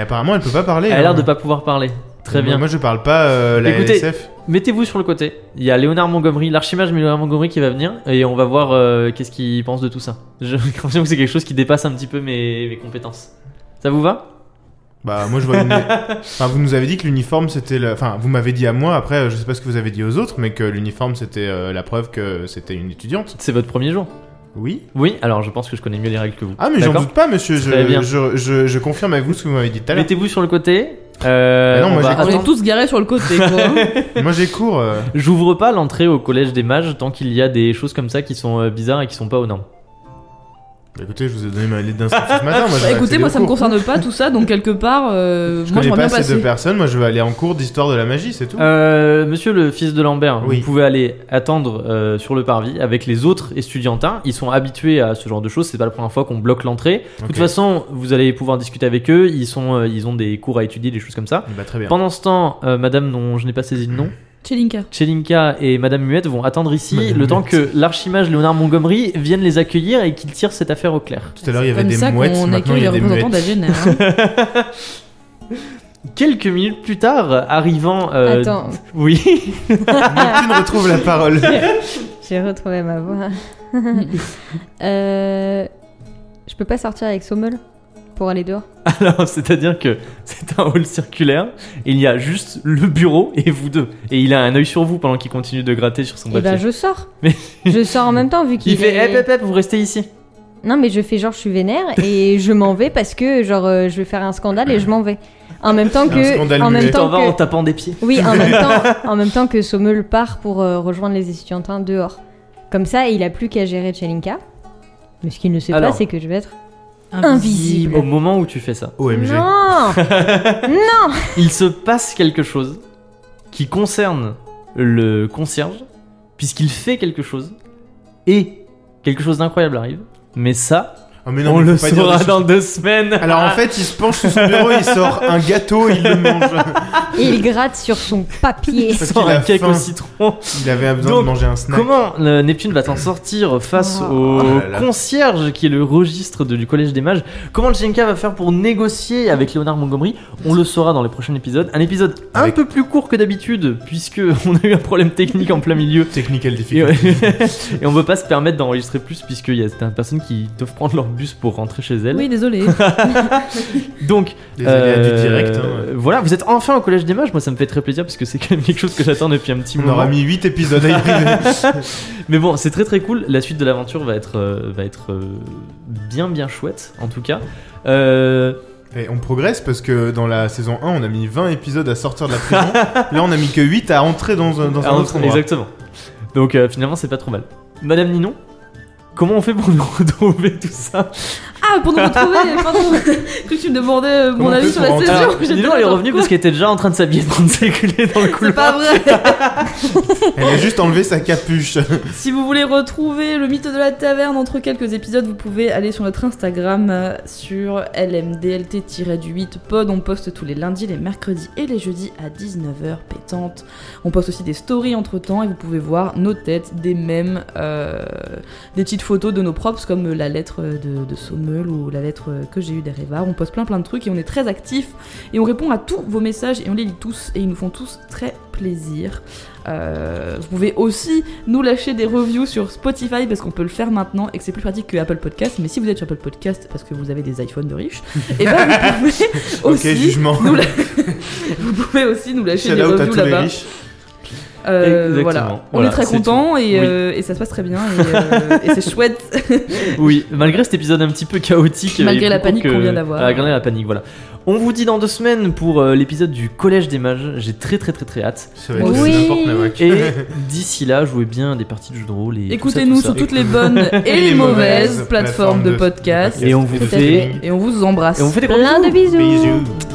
B: apparemment, elle peut pas parler.
A: Elle a l'air
B: hein.
A: de pas pouvoir parler. Très bien.
B: Moi, je parle pas euh, la
A: Écoutez-
B: NSF.
A: Mettez-vous sur le côté. Il y a Léonard Montgomery, l'archimage Léonard Montgomery qui va venir et on va voir euh, qu'est-ce qu'il pense de tout ça. J'ai l'impression que c'est quelque chose qui dépasse un petit peu mes, mes compétences. Ça vous va
B: Bah, moi, je vois une- enfin, vous nous avez dit que l'uniforme, c'était... la- Enfin, vous m'avez dit à moi, après, euh, je sais pas ce que vous avez dit aux autres, mais que l'uniforme, c'était euh, la preuve que c'était une étudiante.
A: C'est votre premier jour
B: Oui
A: Oui, alors je pense que je connais mieux les règles que vous.
B: Ah, mais j'en
A: D'accord
B: doute pas, monsieur. Je,
A: Très bien.
B: je, je, je confirme avec vous ce que vous m'avez dit tout à l'heure.
A: Mettez-vous sur le côté. Euh,
B: Mais non,
A: on
B: moi,
A: va
B: j'ai-
D: Ah, On
A: attendre-
D: est tous garés sur le côté, quoi. hein.
B: Moi, j'ai cours. euh,
A: J'ouvre pas l'entrée au collège des mages tant qu'il y a des choses comme ça qui sont euh, bizarres et qui sont pas aux normes.
B: bah, écoutez, je vous ai donné ma lettre d'inscription ce matin. Moi, je vais
D: Bah, écoutez,
B: accéder
D: moi
B: au
D: ça me
B: cours.
D: concerne pas tout ça, donc quelque part, euh,
B: Je
D: moi
B: connais
D: je m'en
B: pas
D: bien
B: ces deux
D: passé.
B: personnes. Moi, je vais aller en cours d'histoire de la magie, c'est tout.
A: Euh, monsieur le fils de Lambert,
B: Oui.
A: vous pouvez aller attendre euh, sur le parvis avec les autres estudiantins. Ils sont habitués à ce genre de choses. C'est pas la première fois qu'on bloque l'entrée. De toute
B: Ok.
A: façon, vous allez pouvoir discuter avec eux. Ils sont, euh, ils ont des cours à étudier, des choses comme ça.
B: Bah, très bien.
A: Pendant ce temps, euh, Madame dont je n'ai pas saisi le nom,
D: Chelinka.
A: Chelinka et Madame Muette vont attendre ici
B: Madame
A: le temps
B: Muette.
A: que l'archimage Léonard Montgomery vienne les accueillir et qu'il tire cette affaire au clair.
B: Tout à l'heure, il y avait
D: Comme
B: des
D: ça
B: mouettes.
D: qu'on
B: Maintenant,
D: accueille
B: il y
D: les
B: a des
D: représentants
B: mouettes.
D: d'Agener. hein.
A: Quelques minutes plus tard, arrivant, euh,
C: Attends.
A: oui.
B: Neptune retrouve la parole.
C: J'ai retrouvé ma voix. Euh, je peux pas sortir avec Sommel pour aller dehors
A: Alors, c'est-à-dire que c'est un hall circulaire, il y a juste le bureau et vous deux. Et il a un œil sur vous pendant qu'il continue de gratter sur son
C: Eh
A: papier.
C: ben je sors.
A: Bah, Mais-
C: je sors en même temps vu qu'il
A: Il fait eh,
C: est-
A: hep hep hep, vous restez ici.
C: Non mais je fais genre je suis vénère et je m'en vais parce que genre euh, je vais faire un scandale et je m'en vais. En même temps
B: Un
C: que
B: scandale
C: en
B: muet.
C: même
A: Il t'en
C: temps
A: va en
C: que
A: tapant des pieds.
C: oui, en même temps en même temps que Sommel part pour euh, rejoindre les étudiantins dehors. Comme ça, il a plus qu'à gérer Chelinka. Mais ce qu'il ne sait
A: Alors.
C: pas, c'est que je vais être Invisible.
A: Au moment où tu fais ça,
B: OMG.
C: Non
A: il se passe quelque chose qui concerne le concierge, puisqu'il fait quelque chose et quelque chose d'incroyable arrive. Mais ça,
B: Ah, mais non,
A: on le
B: mais faut pas dire des
A: saura
B: choses-
A: dans deux semaines.
B: Alors en fait, il se penche sous son bureau, il sort un gâteau, il le mange.
C: Et il gratte sur son papier.
A: il
B: parce
A: sort
B: qu'il a
A: un cake
B: faim.
A: au citron.
B: Il avait besoin
A: Donc,
B: de manger un snack.
A: Comment euh, Neptune va t'en sortir face
C: Oh.
A: au
B: Oh là là.
A: concierge qui est le registre de- du Collège des Mages Comment Jenka va faire pour négocier avec Léonard Montgomery On le saura dans les prochains épisodes. Un épisode un
B: Avec-
A: peu plus court que d'habitude, puisque on a eu un problème technique en plein milieu.
B: Technical
A: Et,
B: difficulty.
A: et on peut pas se permettre d'enregistrer plus, puisqu'il y a certaines personnes qui doivent prendre leur bus pour rentrer chez elles.
D: Oui, désolé.
A: Donc,
B: Des aléas
A: euh,
B: du direct. hein.
A: voilà, vous êtes enfin au Collège des Mages. Moi, ça me fait très plaisir, parce que c'est quand même quelque chose que j'attends depuis un petit
B: On
A: moment.
B: aura mis 8 épisodes à y arriver.
A: Mais bon, c'est très très cool. La suite de l'aventure va être, euh, va être euh, bien bien chouette, en tout cas. Euh,
B: Et on progresse parce que dans la saison 1, on a mis 20 épisodes à sortir de la prison. Là, on a mis que 8 à entrer dans un, dans un
A: ah,
B: autre endroit.
A: exactement. Donc euh, finalement, c'est pas trop mal. Madame Ninon, comment on fait pour nous retrouver tout ça
D: Ah, pour nous retrouver, pardon. Je crois que tu me demandais euh, mon
B: Comment on
D: avis
B: fait
D: sur
B: pour
D: la
B: rentrer
D: saison.
A: Alors,
D: J'étais
A: Ninon,
D: là,
A: elle Ah, est
D: genre,
A: revenue
D: quoi
A: parce qu'elle était déjà en train de s'habiller, de prendre ses culées dans le
D: C'est
A: couloir.
D: pas vrai.
B: Elle a juste enlevé sa capuche.
D: Si vous voulez retrouver le mythe de la taverne entre quelques épisodes, vous pouvez aller sur notre Instagram euh, sur lmdlt-du8pod. On poste tous les lundis, les mercredis et les jeudis à 19h pétante. On poste aussi des stories entre temps et vous pouvez voir nos têtes, des mèmes, euh, des petites photos de nos props comme la lettre de, de Sommel ou la lettre que j'ai eue d'Areva. On poste plein plein de trucs et on est très actifs et on répond à tous vos messages et on les lit tous et ils nous font tous très plaisir. Euh, vous pouvez aussi nous lâcher des reviews sur Spotify parce qu'on peut le faire maintenant et que c'est plus pratique que Apple Podcast. Mais si vous êtes sur Apple Podcast parce que vous avez des iPhones de riches, et ben vous pouvez aussi
B: ok, jugement.
D: nous la- vous pouvez aussi nous lâcher
B: Shout
D: des
B: out à tous
D: reviews
B: les
D: là-bas.
B: riches.
D: Euh,
A: Exactement.
D: voilà. On
A: Voilà,
D: est très
A: c'est
D: contents et,
A: Oui.
D: euh, et ça se passe très bien et, euh, et c'est chouette.
A: Oui, malgré cet épisode un petit peu chaotique. euh,
D: Malgré
A: et
D: la
A: plus court
D: panique
A: que-
D: qu'on vient d'avoir.
A: Ah, Malgré la panique, voilà. On vous dit dans deux semaines pour euh, l'épisode du Collège des Mages. J'ai très très très très hâte.
B: Ça va être
C: Oui.
B: n'importe Nawak.
A: Et d'ici là, jouez bien des parties de jeux de rôle. et tout ça,
D: Écoutez-nous
A: tout ça.
D: sur toutes les bonnes et, les mauvaises plateformes de podcast
A: Et on vous
B: de
A: fait-
B: streaming.
D: et on vous embrasse.
A: Et on vous fait des gros
C: Plein de
A: bisous.
C: bisous.
B: Bisous.